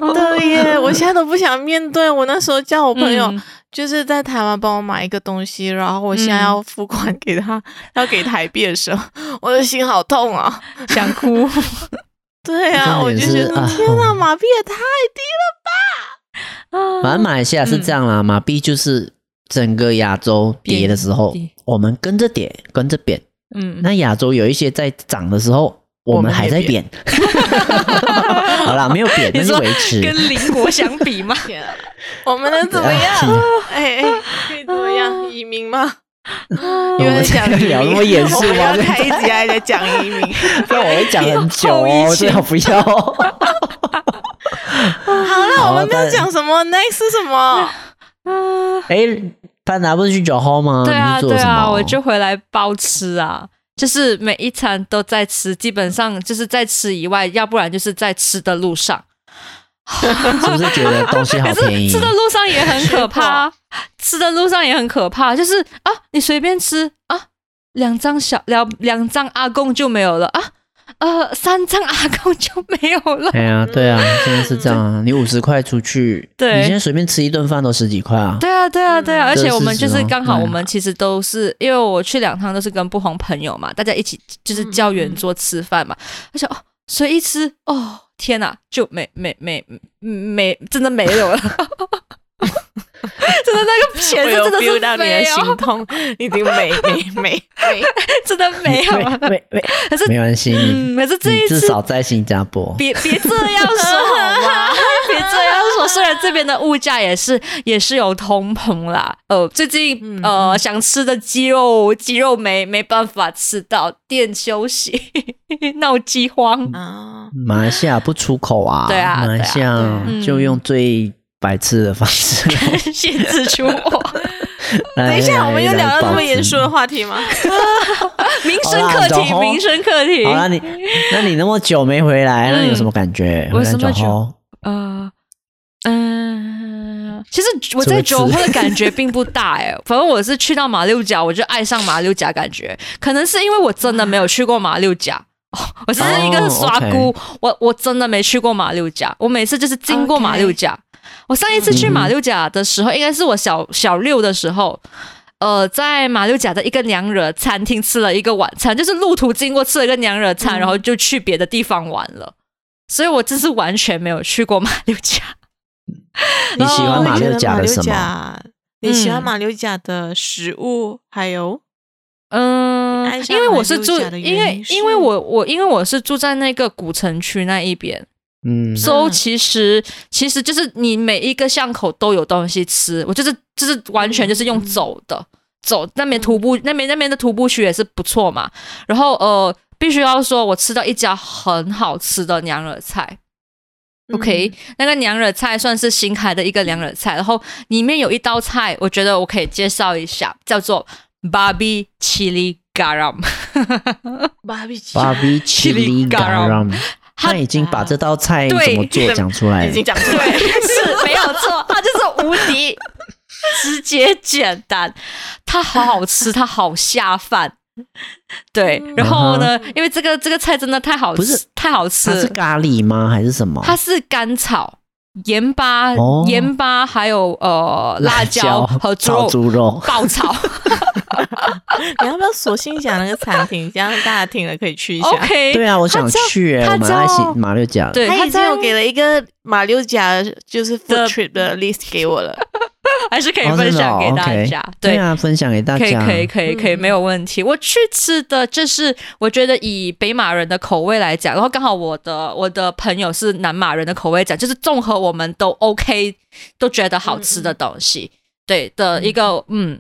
真的耶！我现在都不想面对。我那时候叫我朋友，嗯就是在台湾帮我买一个东西，然后我现在要付款给他，要给台币的时候，我的心好痛啊！想哭。对啊，我重就点觉是得、啊天哪，马币也太低 反正马来西亚是这样啦，马币就是整个亚洲跌的时候贬低，我们跟着跌，跟着贬。嗯，那亚洲有一些在涨的时候，我我们们还在也贬。 好啦，没有贬，你那就说维持。跟邻国相比 吗？了，我们能怎么样？啊哎哎，可以怎么样？移民吗？我又在们这讲个移民聊那么严肃我们吗要？开一集来来讲移民。那我会讲很久后哦，疫最情好不要。好了，好 我们没但有讲什么，next 是什么？哎，潘达不是去酒后吗？啊对啊，你是做对什么啊，我就回来包吃啊，就是每一餐都在吃，基本上就是在吃以外，要不然就是在吃的路上。是不是觉得东西好可便是宜吃？的路上也很可怕，吃的路上也很可怕，就是啊，你随便吃啊，两张小两两张阿公就没有了啊，呃，三张阿公就没有了。哎呀，对啊，现在是这样啊，你五十块出去，对你现在随便吃一顿饭都十几块啊。对啊，对啊，对啊，嗯而这且是我们事就实是哦刚好，对我们其实都是因为我去两趟都是跟不红朋友嘛，大家一起就是嗯叫圆桌吃饭嘛，而且哦，随意吃哦，天哪，就没没没没真的没有 了，真的那个钱我是有真的 feel 是到你没的哎有心，痛，你已经没没没没。真的没有啊 了。没没，可是没关系，嗯，你可是这你一至次少在新加坡。别别这样说好吗？ 别这样说，虽然这边的物价也是也是有通膨啦，呃，最近、嗯呃想吃的鸡肉鸡肉没没办法吃到，店休息， 闹饥荒。 啊，马来西亚不出口啊，对啊马来西对亚啊对啊就用最白痴的方式限制出我，来。等一下，我们又聊到这么严肃的说。话题吗？ 民生课好啦题，走民生课题好。啦，你那你那么久没回来，那你有什么感觉？我回来什么之后呃，嗯、其实我在么酒词后的感 觉并不大哎、反正我是去到马六甲，我就爱上马六甲，感觉可能是因为我真的没有去过马六甲。哦我只是一个哦刷姑我我真的没去过马六甲，我每次就是经过马六甲。我上一次嗯去马六甲的时候，应该是我小小六的时候，呃，在马六甲的一个娘惹餐厅吃了一个晚餐，就是路途经过吃了一个娘惹嗯餐，然后就去别的地方玩了。所以我真是完全没有去过马六 甲。你喜欢马六甲我的觉什得马六么？甲？你喜欢嗯马六甲的食物，还有嗯你爱，上因为我是住马六甲，的原因为因是因为我我因为我是住在那个古城区那一边，嗯，所以其实其实就是你每一个巷口都有东西吃，我就是就是完全就是用走的，走那边徒步那边那边的徒步区也是不错嘛。然后呃，必须要说我吃到一家很好吃的娘惹菜，嗯 OK，、那个娘惹菜算是新开的一个娘惹菜，然后里面有一道菜，我觉得我可以介绍一下，叫做 Barbie Chili Garam。芭比奇 Barbie Chili Garam，它他已经把这道菜对怎么做讲出来已经了。讲出来对了，，是没有错，它就是无敌，直接简单，它好好吃，它好下饭。对，然后呢，因为这个这个菜真的太好嗯不吃是，太好吃它是了，咖喱吗？还是什么？它是甘草、盐巴、哦盐巴还有呃辣椒和猪炒肉猪肉。爆 炒。 你要不要索性讲那个餐厅，这样大家听了可以去一下。 OK，对啊，我想去欸，它我们叫爱喜马六甲。对，他已经在有给了一个马六甲就是 The- food trip 的 list 给我了， 还是可以哦，分真的享哦给大 OK 家。对对，啊，分享给大可以家。可以可以可以，没有问题。我去吃的就是，我觉得以北马人的口味来讲，然后刚好我的我的朋友是南马人的口味讲，就是综合我们都 OK，都觉得好吃的东西，对的一个嗯。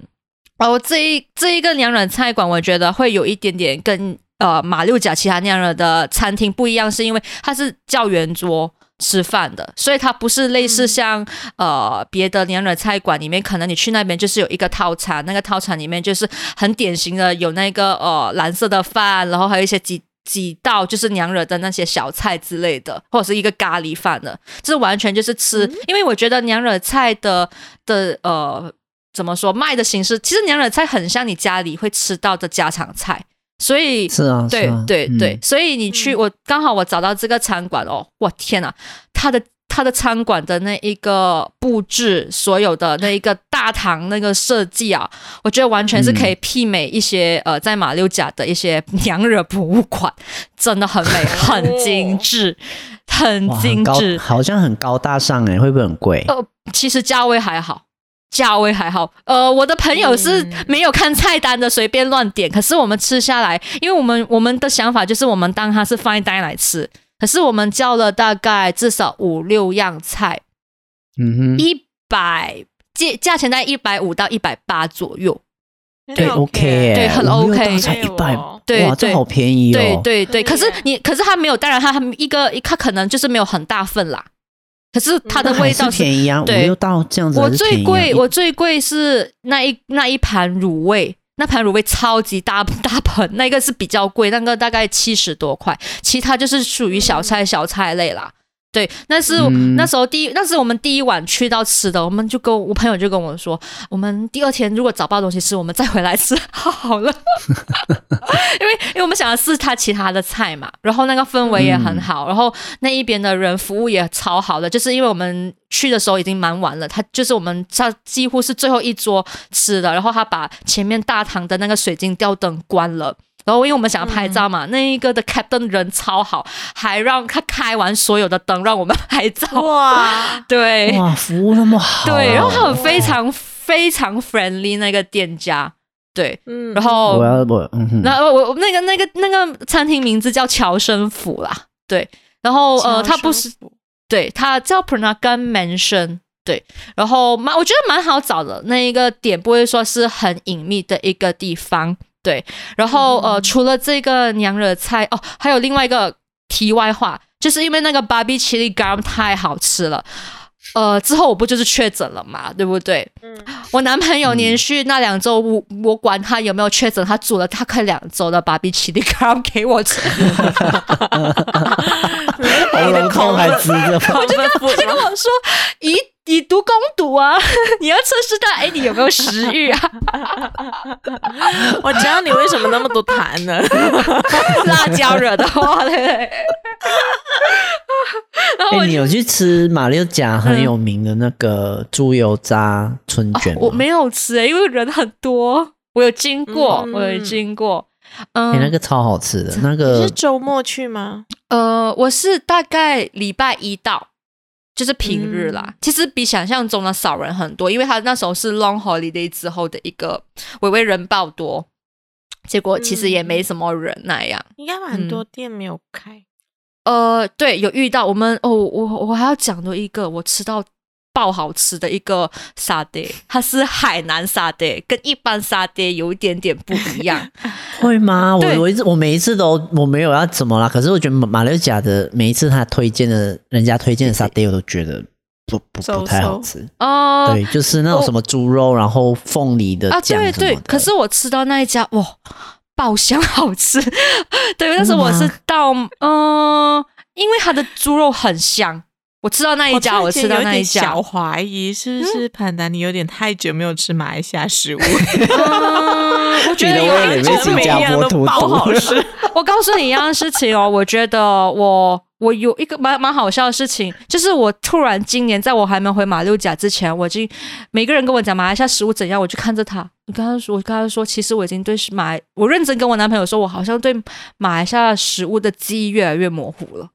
然后这一这一个娘惹菜馆，我觉得会有一点点跟呃马六甲其他娘惹的餐厅不一样，是因为它是叫圆桌吃饭的，所以它不是类似像、呃别的娘惹菜馆里面，可能你去那边就是有一个套餐，那个套餐里面就是很典型的有那个呃蓝色的饭，然后还有一些几几道就是娘惹的那些小菜之类的，或者是一个咖喱饭的，这完全就是吃，因为我觉得娘惹菜的的呃怎么说卖的形式，其实娘惹菜很像你家里会吃到的家常菜，所以是啊，对是啊对嗯对，所以你去，我刚好我找到这个餐馆哦，我天呐，他的他的餐馆的那一个布置，所有的那一个大堂那个设计啊，我觉得完全是可以嗯媲美一些、呃在马六甲的一些 娘惹博物馆，真的很美，很精致，很哇精很高致。好像很高大上哎，会不会很贵？呃，其实价位还好。价位还好，呃，我的朋友是嗯没有看菜单的，随便乱点。可是我们吃下来，因为我们我们的想法就是我们当它是 fine dine 来吃，可是我们叫了大概至少五六样菜，嗯哼，一百价价钱在一百五到一百八左右。对，OK，对哎很五六 OK 哦道才一百，对对哇，这好便宜哦。对对对，可可以是耶你，可是它没有，当然它一个它可能就是没有很大份啦，可是它的那味还是道是便宜啊，五对六道这样子我还是便最宜啊，贵，一我最贵是那一那一盘卤味，那盘卤味超级大 大盆，那个是比较贵，那个大概七十多块，其他就是属于小菜小菜类啦。对，那是、嗯那时候第一，那是我们第一晚去到吃的，我们就跟我我朋友就跟我说，我们第二天如果找不到东西吃，我们再回来吃好了， 因为因为我们想要试他其他的菜嘛，然后那个氛围也嗯很好，然后那一边的人服务也超好的，就是因为我们去的时候已经蛮晚了，他就是我们他几乎是最后一桌吃的，然后他把前面大堂的那个水晶吊灯关了。然后因为我们想要拍照嘛，那一个的 captain 人超好，还让他开完所有的灯让我们拍照。哇，对哇，服务那么好哦，哎对，然后他很非常非常 friendly 那个店家，对，嗯然后我要我嗯哼，然后我我那个那个那个餐厅名字叫乔生府啦，对，然后呃，它不是对，它叫 Pranagan Mansion。对，然后蛮我觉得蛮好找的，那一个点不会说是很隐秘的一个地方。对，然后、呃，除了这个娘惹菜哦，还有另外一个题外话，就是因为那个 Barbie Chili Garam 太好吃了，呃，之后我不就是确诊了嘛，对不对？我男朋友连续那两周，我我管他有没有确诊，他煮了大概两周的 Barbie Chili Garam 给我吃，喉咙痛还吃着饭，我就跟我就跟 我说以以毒攻毒啊， 你要测试到哎你有没有食欲啊， 我知道你为什么那么多痰 呢？辣椒惹的话，对不 对？然后我就哎，嗯你有去吃马六甲很有名的那个猪油渣春卷吗？哦我没有吃、哎，因为人很多，我有经过，嗯我有经过，嗯，哎，那个超好吃的，那你个是周末去吗？呃，我是大概礼拜一到，就是平日啦。其实比想象中的少人很多，因为他那时候是 long holiday 之后的一个微微人爆多，结果其实也没什么人那样。应该嗯蛮多店没有开，呃，对，有遇到我们哦，我我还要讲多一个，我吃到爆好吃的一个沙爹，它是海南沙爹，跟一般沙爹有一点点不一 样。会吗？对我我一直我每一次都我没有要怎么啦，可是我觉得马马六甲的每一次他推荐的人家推荐的沙爹，我都觉得不不收不太好吃。哦、对，就是那种什么猪肉，然后凤梨的啊，酱对什么对的。，可是我吃到那一家，哇，爆香好吃。 对，但是我是吗到嗯、因为它的猪肉很香，我吃到那哦一家，我我突吃然间到有那一点家嗯小，怀疑是不是潘达你有点太久没有吃马来西亚食物，呃嗯，我觉得你的有味蕾点被久新没加坡荼爆好毒。吃， 我告诉你一样事情哦，我觉得我我有一个蛮蛮好笑的事情，就是我突然今年在我还没回马六甲之前，我已经每个人跟我讲马来西亚食物怎样，我就看着他，我跟他说，我跟他说，其实我已经对马来，我认真跟我男朋友说，我好像对马来西亚食物的记忆越来越模糊了。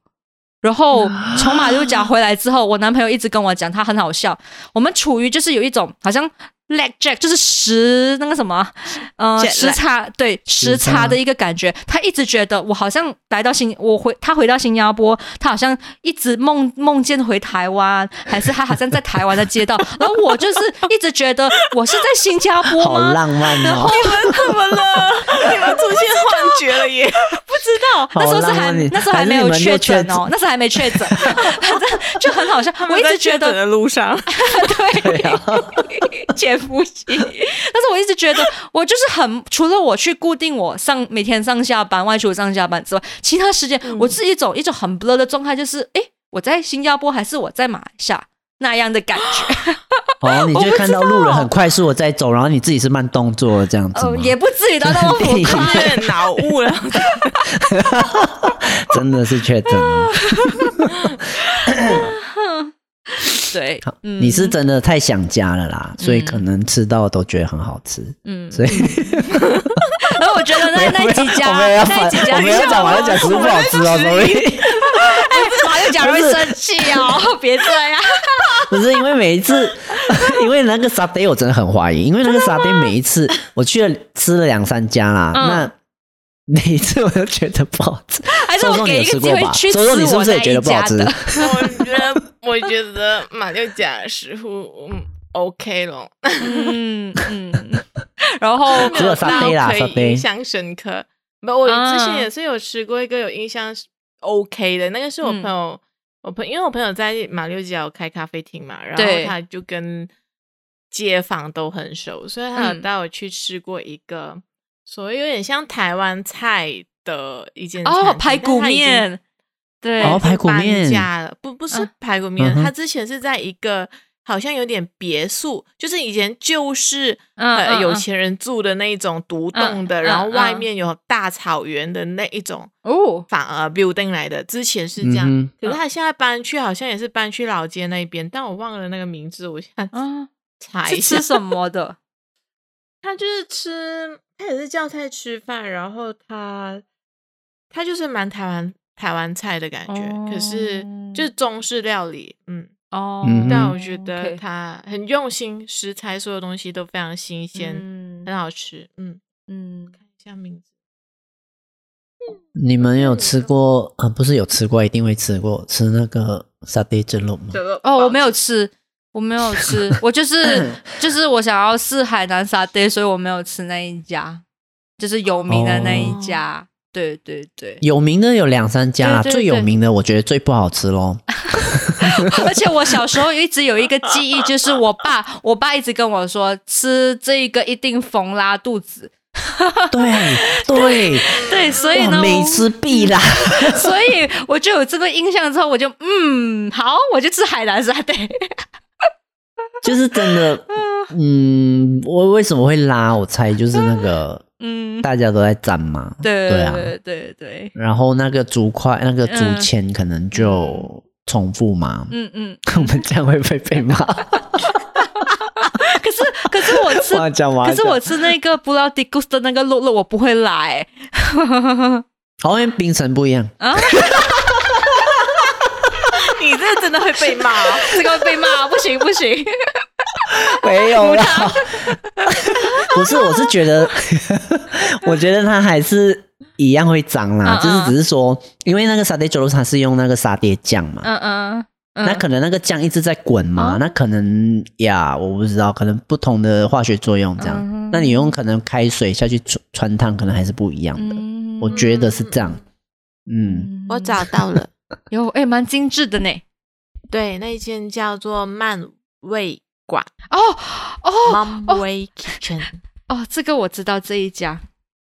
然后从马六甲回来之后，我男朋友一直跟我讲，他很好笑。我们处于就是有一种好像 lag jack，就是时那个什么啊，呃， Jet lag 时差对时差的一个感觉。他一直觉得我好像来到新，我回他回到新加坡，他好像一直梦梦见回台湾，还是他好像在台湾的街道。然后我就是一直觉得我是在新加坡好吗？ 浪漫哦！怎么了？你们出现幻觉了耶！不知 道，那时候是好还浪漫那时候还没还是你有们确又确诊诊哦，那时候还没确 诊，反正就很好笑。我一直觉得的路 上，对，啊 减不起。但是我一直觉得，我就是很除了我去固定我上每天上下班、外出上下班之外，其他时间嗯我是一种一种很 blur 的状态，就是诶，我在新加坡还是我在马来西亚那样的感 觉，哦，你就看到路人很快速的在走，然后你自己是慢动作的这样子吗呃，？也不至于到那么浮夸。脑雾了，真的是确诊哦了。对，嗯你是真的太想家了啦，所以可能吃到都觉得很好吃。嗯，所以 然后我觉得那那几家，我们要那几家，啊我们要讲完了 讲食物不好吃哦，所以。哎，马六甲会生气哦， 别这样。 不是因为每一次， 因为那个沙爹我真的很怀疑，因为那个沙爹每一次我去了吃了两三家啦，嗯那。每一次我都觉得不好吃，还是周我周你给有一个吃机过会吧？去吃周周你是不我是那也觉一得不好家吃？的。我觉得，我觉得马六甲的食物，嗯，OK 咯， 嗯嗯，然后 除了沙爹啦可沙以爹印象深刻。不，我啊之前也是有吃过一个有印象是 OK 的，那个是我朋嗯友，我朋因为我朋友在马六甲有开咖啡厅嘛，然对后他就跟街坊都很熟，所以他有嗯带我去吃过一个、所谓有点像台湾菜的一间餐厅哦，排骨，面，对，哦排骨面家了，不不是嗯排骨面，嗯哼他之前是在一个。好像有点别墅，就是以前旧式嗯呃嗯有嗯钱人住的那一种独栋的，嗯然后外嗯嗯面有大草原的那一种哦，反而 building 来的。之前是这样，嗯可是他现在搬去好像也是搬去老街那边，但我忘了那个名字，我现在 啊，查一是下吃。什么 的？他就是吃，他也是叫菜吃饭，然后他他就是蛮台湾台湾菜的感觉，可是就是中式料理，嗯。哦，嗯但我觉得 OK 他很用心，食材所有东西都非常新鲜，嗯很好吃。嗯，嗯，看一下名字，你们有吃过？呃，不是有吃过，一定会吃过吃那个沙爹蒸笼吗？哦，我没 有吃。我没 有吃，我就是 就是我想要试海南沙爹，所以我没有吃那一家，就是有名的那一哦家。对对对，有名的有两三家啦，对对最对有名的我觉得最不好吃 咯。而且我小时候一直有一个记忆，就是我爸，我爸一直跟我说，吃这个一定缝拉肚子。对对， 对，所以哇呢，每我次必啦。 所以我就有这个印象之后，我就嗯，好，我就吃海南沙爹。就是真的，嗯，我为什么会拉？我猜就是那个， 嗯大家都在沾嘛，对对啊。对对对，然后那个竹筷，那个竹签可能就重复嘛。嗯嗯。我们这样会不会 被骂？可是可是我吃，我讲完，可是我吃那个布拉迪古斯的那个肉肉，我不会拉、欸。好像冰城不 一样，啊你这真的会被骂哦。这个会被骂， 不行不行。没有啦。 不是，我是觉得， 我觉得它还是一样会脏嗯啦，嗯就是只是说，因为那个沙爹酒肉它是用那个沙爹酱嘛，嗯嗯嗯那可能那个酱一直在滚哦嘛，那可能呀，我不知道，可能不同的化学作用这样。嗯那你用可能开水下去穿穿烫，可能还是不一样的。嗯我觉得是这样。嗯，我找到了，有哎，蛮精致的呢。 对，那一间叫做漫味馆哦哦 （Mom Way Kitchen）。哦，这个我知道这一家，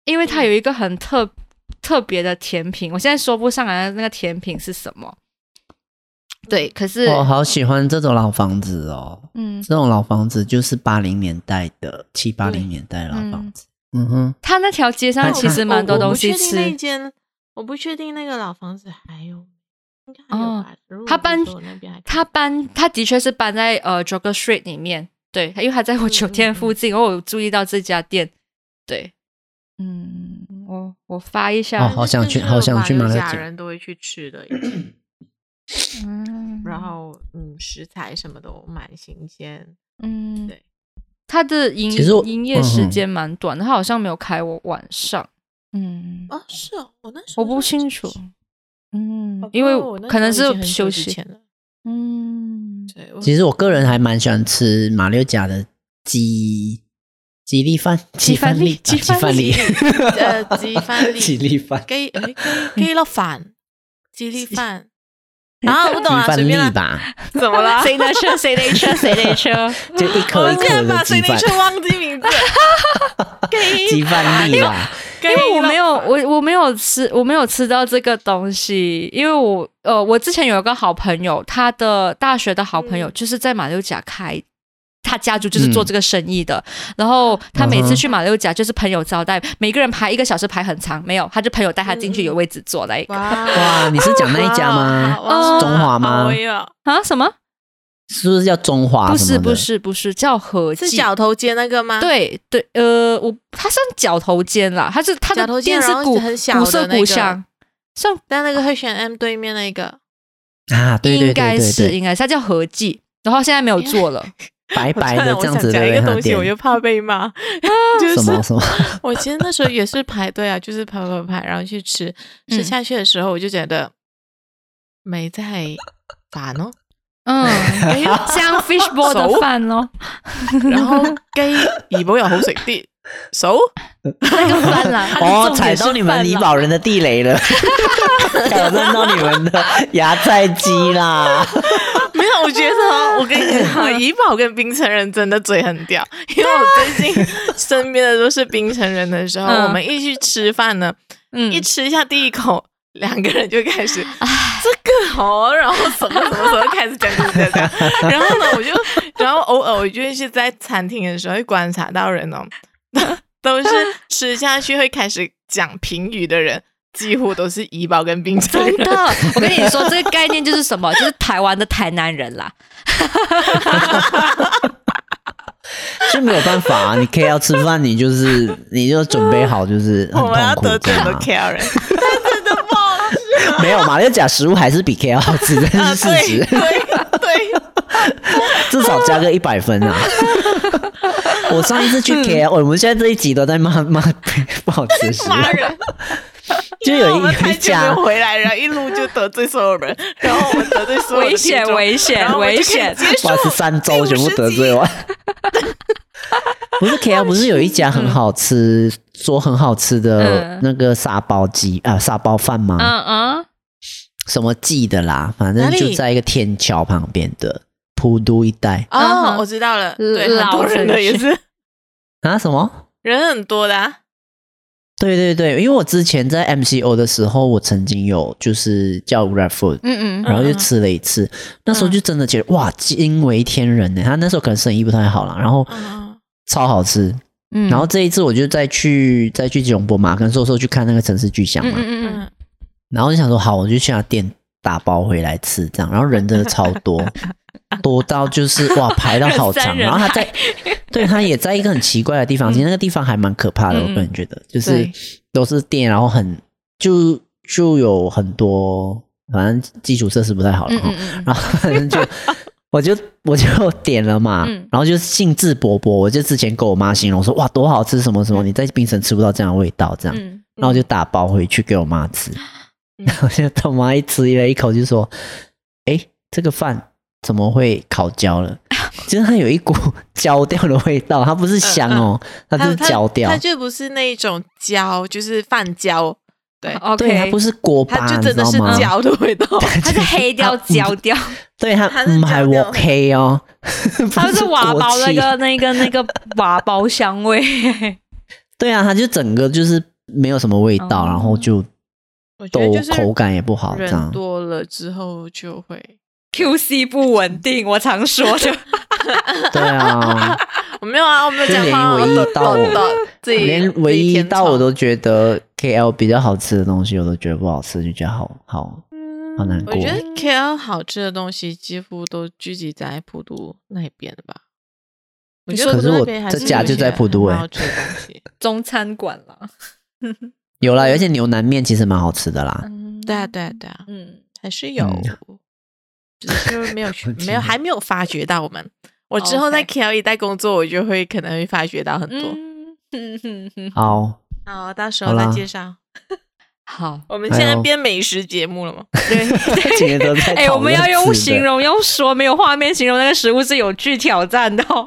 因为它有一个很特特别的甜品，我现在说不上来那个甜品是什么。对，可是我哦好喜欢这种老房子哦，嗯，这种老房子就是八零年代的七八零年代的老房子。嗯哼，它那条街上但其实它蛮多东西哦我不确定那吃一。间，我不确定那个老房子还有，应该还哦有吧。如果他搬不是我那边还可以他搬，他的确是搬在呃 Jogger Street 里面，对，因为他在我嗯酒店嗯附近，我有注意到这家店，对，嗯，我我发一下，哦好想去这是好想去马马来来西西亚亚人都会去吃的一 间，嗯然后嗯，食材什么都蛮新鲜。嗯，对，他的营其实我营业时间蛮短的，他好像没有开我晚上，嗯，哦，是哦，我那时候我不清楚，嗯，哦因为可能是休息，了。嗯， 对，我其实我个人还蛮喜欢吃马六甲的鸡鸡粒饭、鸡饭粒啊鸡 饭粒、啊鸡呃鸡 饭粒鸡粒饭。给给给了饭，鸡粒 饭。啊，我不懂啊，随鸡便饭粒啦，吧，怎么啦？谁的车谁的车谁的车， 就一我颗一们竟颗然把的谁鸡那饭，车忘记名字， 鸡饭粒啦。因因为我没有我我没有吃我没有吃到这个东西，因为我呃我之前有一个好朋友，他的大学的好朋友嗯就是在马六甲开。他家族就是做这个生意的，然后他每次去马六甲就是朋友招待，每个人排一个小时排很长，没有他就朋友带他进去嗯嗯有位置坐那一个哇哇，你是讲那一家吗？哎哇中华吗好威哦啊什么？是不是叫中华？不是不，是不是叫和是记？角头街那个吗？，对对呃，我它算角头尖啦，它是它角的头店是尖然后古很小古的色那古个香，算但那个会选 M 对面那个，啊，对对应对该对是对，应该是它叫和记，然后现在没有做了。白白的我这样想子的讲一个那东个西，我店又，怕被 骂，就是什么什么，我其实那时候也是排队啊， 就是排排排，然后去吃。吃嗯下去的时候，我就觉得没在烦哦， 嗯，哎呀， 像 fishball 的熟饭咯，然后 跟怡保有好食啲，手那个饭 啦，它的哦，重踩点是到你们饭怡啦保人的地雷 了，挑战到你们的芽菜鸡 啦，没有，我觉得哦我跟你讲，怡宝跟冰城人真的嘴很屌，因为我最近身边的都是冰城人的时候，嗯我们一去吃饭呢，嗯一吃下第一口，两个人就开始这个哦，然后什么什么什么开始讲讲讲讲， 然后呢，我就，然后偶尔我就会是在餐厅的时候会观察到人哦， 都是吃下去会开始讲评语的人，几乎都是怡宝跟冰城真人。的，我跟你说，这个概念就是什 么？就是台湾的台南人啦。就没有办法啊，你 K 要吃饭，你就是你就准备好，就是很我们要痛苦得罪这很多样啊 K 人，没有马六甲食物还是比 K L 好吃，这啊是事对实，对对， 至少加个一百分 啊。我上一次嗯去 K L，我们现在这一集都在骂骂不好 吃的食物，骂人。啊 就因为我有们一有太一久没家有回来，然后一路就得罪所有人，然后我们得罪所有的危险听众危险然后我们就可以危 险结束哇，是三周全部得罪完。不是 K L，不是有一家很好吃，说很好吃的嗯那个沙包鸡啊，沙包饭吗？嗯嗯，什么记的啦，反正哪里就在一个天桥旁边的普渡一带哦嗯，我知道了，对，老很多人的也是啊？什么？人很多的啊，对对对，因为我之前在 MCO 的时候，我曾经有就是叫 Red Food，嗯嗯然后就吃了一次，那时候就真的觉得哇惊为天人呢。他那时候可能生意不太好了，然后嗯，超好吃。嗯，然后这一次我就再去再去吉隆坡嘛，跟瘦瘦去看那个城市巨像嗯嘛，嗯嗯嗯然后就想说好，我就去他店打包回来吃这样，然后人真的超多，多到就是 哇排到好长，人山人然后他在，对他也在一个很奇怪的地方，其实那个地方还蛮可怕的，嗯嗯我个人觉得就是对都是店，然后很就就有很多反正基础设施不太好了嗯哈，嗯然后反正就我就我就点了嘛，嗯然后就兴致勃勃，我就之前跟我妈形容说哇多好吃什么什么，嗯你在槟城吃不到这样的味道这样，嗯然后我就打包回去给我妈吃，嗯然后就他妈一吃了一口就说，哎、这个饭怎么会烤焦了？ 就是它有一股 焦掉的味道，它不是香哦，它就是焦掉嗯它，就不是那一种焦，就是饭焦，对，对，它，OK，不是锅巴，它就你真知的道是吗？焦的 味道。它是黑掉、焦掉，对它它是嗯还焦掉 OK 哦，它 它就是瓦国煲那气个那个那个瓦煲香味。 对啊，它就整个就是没有什么味哦道，然后就我觉都得就是口感也不好，这人样。多了之后就会， QC 不稳定，我常说的。对啊，我没有啊，我没有就讲话哦，连唯一到懂我的， 自己连自己唯一填到充我都觉得 KL 比较好吃的东西，我都觉得不好吃，就觉得好好好难嗯我过。觉得 KL 好吃的东西几乎都聚集在普渡那边了吧？我觉得可是我普渡那边还这是家有就些在普渡很欸好吃的东西。 中餐馆啦，有啦，而且牛腩面其实蛮好吃的啦。嗯，对啊，对啊，对啊，嗯，还是有嗯，只是 没有去我记得没有还没有发掘到我们。我之后在 KL 一带工作，我就会可能会发掘到很多。嗯，好，好，到时好候再啦介绍。好，我们现在哎呦变美食节目了吗？今 天都在哎、讨我们论要用吃的形容，用说没有画面形容那个食物是有具挑战的、 哦。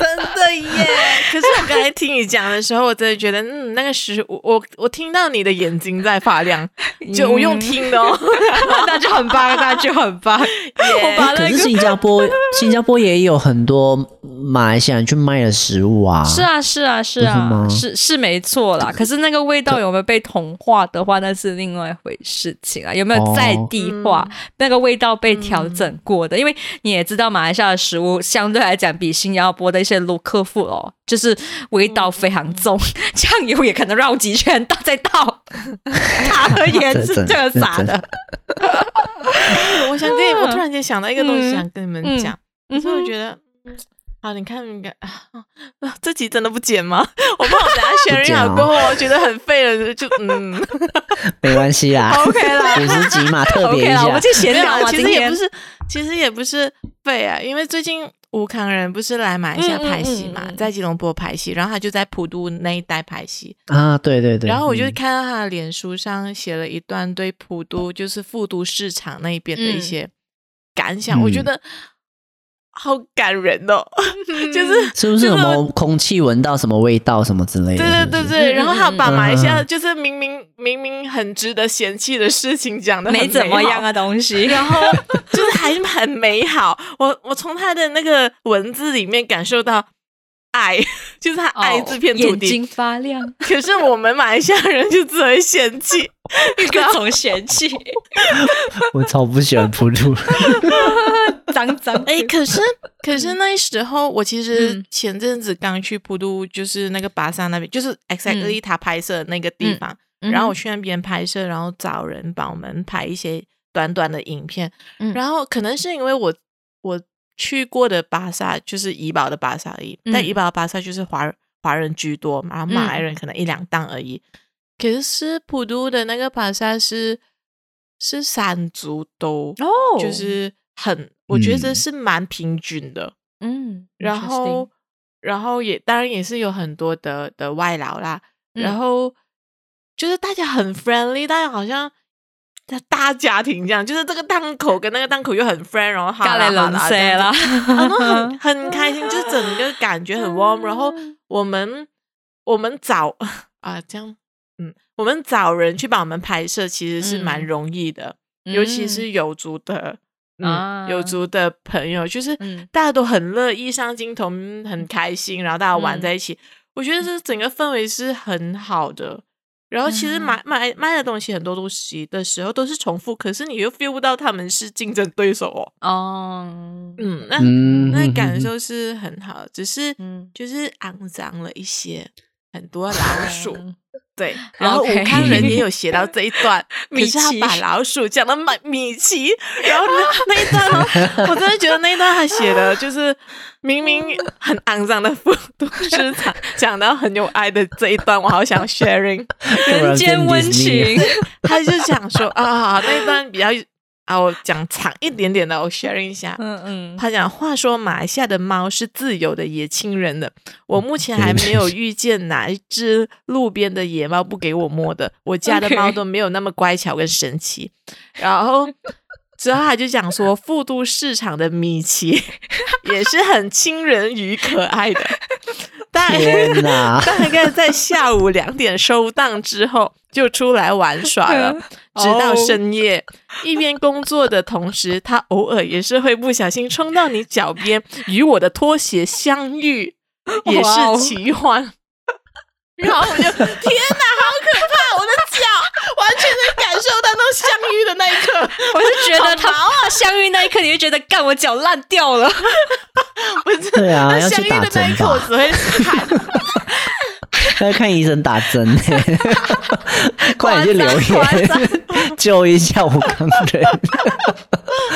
真的 耶！可是我刚才听你讲的时候，我真的觉得，嗯，那个食物，我我听到你的眼睛在发 亮，就我嗯用听的哦。那 就很棒，那就很棒。我把哎可那是个新加坡，新加坡也有很多马来西亚人去卖的食物啊。是，啊，是啊，是啊，不是吗是是没错啦。可是那个味道有没有被同化的话，那是另外一回事情啊。有没有在地哦化、那个味道被调整过嗯的？因为你也知道，马来西亚的食物相对来讲比新加坡的一些 local food 哦，就是味道非常重，酱油也可能绕几圈倒再 倒，大和盐是这真这个撒这的真。 我想跟你，我突然间想到一个东西，嗯想跟你们讲，嗯，所以我觉得。啊，你看，你看， 啊，啊这集真的不剪吗？ 我怕我等下选剪人好哦过后，我觉得很废了，就 嗯，没关系啊 啦 OK 啦五十集嘛，特别 OK 一啦，我下们。去闲没有聊啊嘛，其今实也天不是，其实也不是废啊，因为最近吴康仁不是来马来西亚嗯嗯拍戏嗯嘛，嗯在吉隆坡拍戏，然后他就在普渡那一带拍戏，啊，对对对。然后我就嗯看到他的脸书上写了一段对普渡，就是复都市场那一边嗯的一些感想，我觉嗯得好感人哦， 就是是就不是什是么空气闻到什么味道什么之类的？对对对是不是对，然后他把马来西嗯嗯亚嗯就是明明明明很值得嫌弃的事情讲的没怎么样啊，东西。然后就是还很美好。我我从他的那个文字里面感受到爱， 就是他爱这片土哦眼地。睛发 亮，可是我们马来西亚人就只会嫌弃，各种嫌弃，我超不喜欢普 渡。脏脏。哎，可是可是那时候，我其实嗯前阵子刚去普渡，就是那个巴萨那边，就是 exactly 他拍摄的那个地方，嗯然后我去那边拍摄，然后找人帮我们拍一些短短的影片，嗯然后可能是因为我我去过的巴萨就是怡保的巴萨而已，嗯但怡保的巴萨就是华人华人居多嘛，然后马来人可能一两档而已，嗯可是普渡的那个巴萨是是三族都哦就是很，我觉得嗯是蛮平均的。嗯，然后，然后也当然也是有很多的的外劳啦。然嗯后就是大家很 friendly，大家好像大大家庭这样，就是这个档口跟那个档口又很 friend，然后哈咖啦喱哈冷啦这塞啦样子，，嗯然后 很很开心，就是整个感觉很 warm。然后我们我们找 啊这样，嗯，我们找人去帮我们拍摄，其实是蛮嗯容易的。尤其是有族的，嗯，啊有族的朋友，就是嗯大家都很乐意上镜头，嗯很开心，然后大家玩嗯在一起，我觉得这整个氛围是很好的。然后其实嗯买买卖的东西很多东西的时候都是重复，可是你又 feel 不到他们是竞争对手哦。哦，嗯，那、嗯，那 感受是很好，只是嗯就是肮脏了一些，很多老 鼠。对，好然后 OK 武康人也有写到这一 段，可米是他奇把老鼠讲到米米奇，然后那那一段哦，我真的觉得那一段他写的就是明明很肮脏的复读市场，讲到很有爱的这一段，我好想 sharing。人 间温情，他就讲说啊，那一段比较啊，我讲长一点点的，我 sharing 一下。 嗯嗯，他讲，话说马来西亚的猫是自由的、也亲人的。我嗯目前还没有遇见哪一只路边的野猫不给我摸的。我家 的 OK 猫都没有那么乖巧跟神奇。然后之后他就讲说，复都市场的米奇 也是很亲人与可爱的。大！天哪大概在下午两点收档之后，就出来玩耍了，直到深夜。一边工作的同时，他偶尔也是会不小心冲到你脚边，与我的拖鞋相遇，也哇哦是奇幻。然后我就天哪，好可怕！我的脚完全能感受到那相遇的那一刻，我就觉得好毛他啊相遇那一刻，你就觉得干我脚烂掉 了。不是对 啊 那要去相遇打的那一针刻，我吧只会喊 要看医生打针呢、快点去留夸张言 救一下武康人。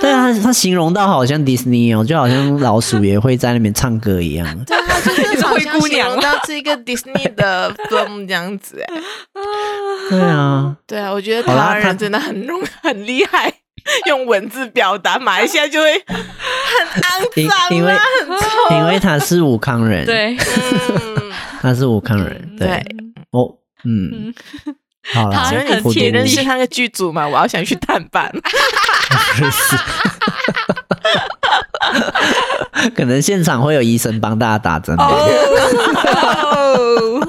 对啊，他形容到好像迪士尼哦，就好像老鼠也会在那边唱歌一样。 对啊，就是是 好灰像姑形娘容到是一个 Disney 的 film 这样子欸。对啊， 对啊，我觉得台好啦湾人他真的很容 很厉害，用文字表达，马来西亚就会很肮因脏啊，因为很啊臭。因为他是武康人，，对， 嗯，他是武康嗯人，对，对哦，嗯，好啦，他请问很普你渡贴你地认识那个剧组吗？我好想去探 班。 可能现场会有医生帮大家打针。哦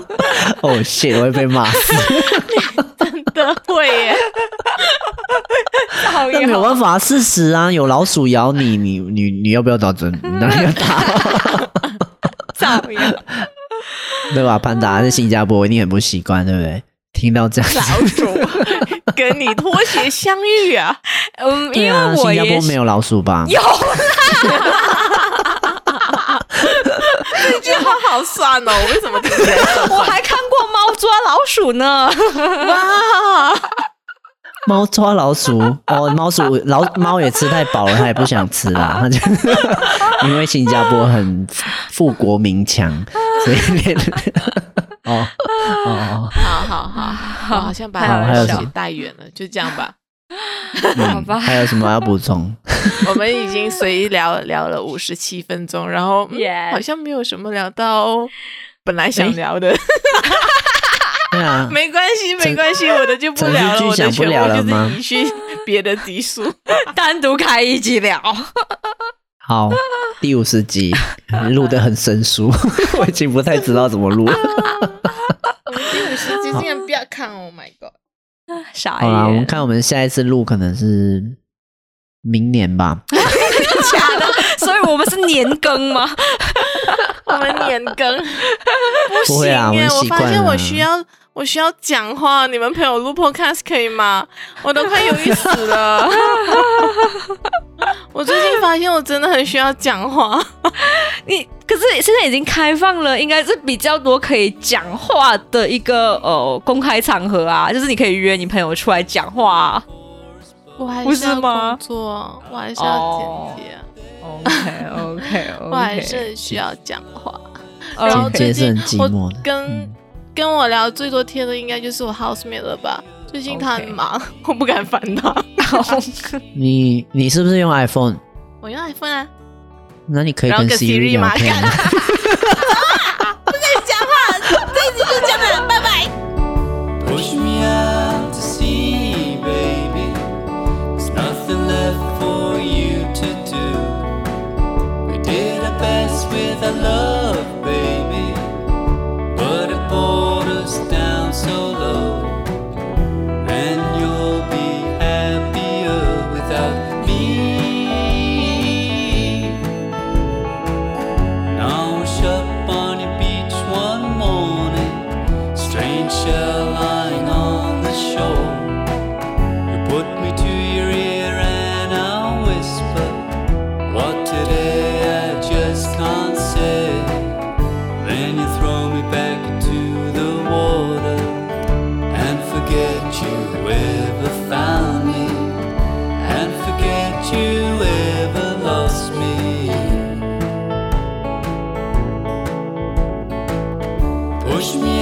哦， shit，我会被骂死，的会耶，好但没有呀，办法，事实啊，有老鼠咬你，你你你要不要打针？你当然要打，嗯 造谣。对吧？潘达在新加坡一定很不习惯，对不对？听到这样子，老 鼠跟你拖鞋相遇啊！嗯，对因啊，为我新加也坡没有老鼠吧？有这句话好酸哦，我为什么听起来这我么还看过猫抓老鼠呢。 哇？猫抓老鼠，哦，猫鼠老猫也吃太饱了，它也不想吃 啦，它就因为新加坡很富国民强，所以 连哦哦哦，好好好，好，好像把好还有东什西么带远了，就这样吧。好嗯吧，还有什么要补充？我们已经随意聊聊了五十七分钟，然后、嗯 Yes 好像没有什么聊到本来想聊的，对啊， 没关系，没关系，我的就不聊了，整我句的想不全聊了部吗就是移去别的集数。单独开一集聊。好，第五十集录得很生疏， 我已经不太知道怎么 录了。今天不要看，Oh my god！傻哎好啦，我们眼，看我们下一次录可能是明年吧。假的，所以我们是年更吗？我们年更不 不会行啊耶！我我们习惯发现我了需要我需要讲话，你们陪我录 podcast 可以吗？我都快犹豫死 了。我最近发现我真的很需要讲话。你可是现在已经开放了，应该是比较多可以讲话的一个呃公开场合啊， 就是你可以约你朋友出来讲话、啊。我还不是哦是要吗工作，我还是要剪接， OK OK OK，我还是需要讲话。然嗯后最剪接是近很寂我寞的嗯跟跟我聊最多天的应该就是我 housemate 了吧？最近他很 OK 忙，我不敢烦他。 你你是不是用 iPhone？我用 iPhone 啊，那你可以然后跟跟 Siri Siri 聊嘛天啊。 Push me out to sea, baby. There's nothing left for you to do. We did our best with our love, baby. But it brought us down so low. And you'll be happier without me. Now we're up on your beach one morning. Strange shell lying on the shore. You put me to your ear and I'll whisper what today I just can't say. Then you throw me back into the water and forget you ever found me and forget you ever lost me. Push me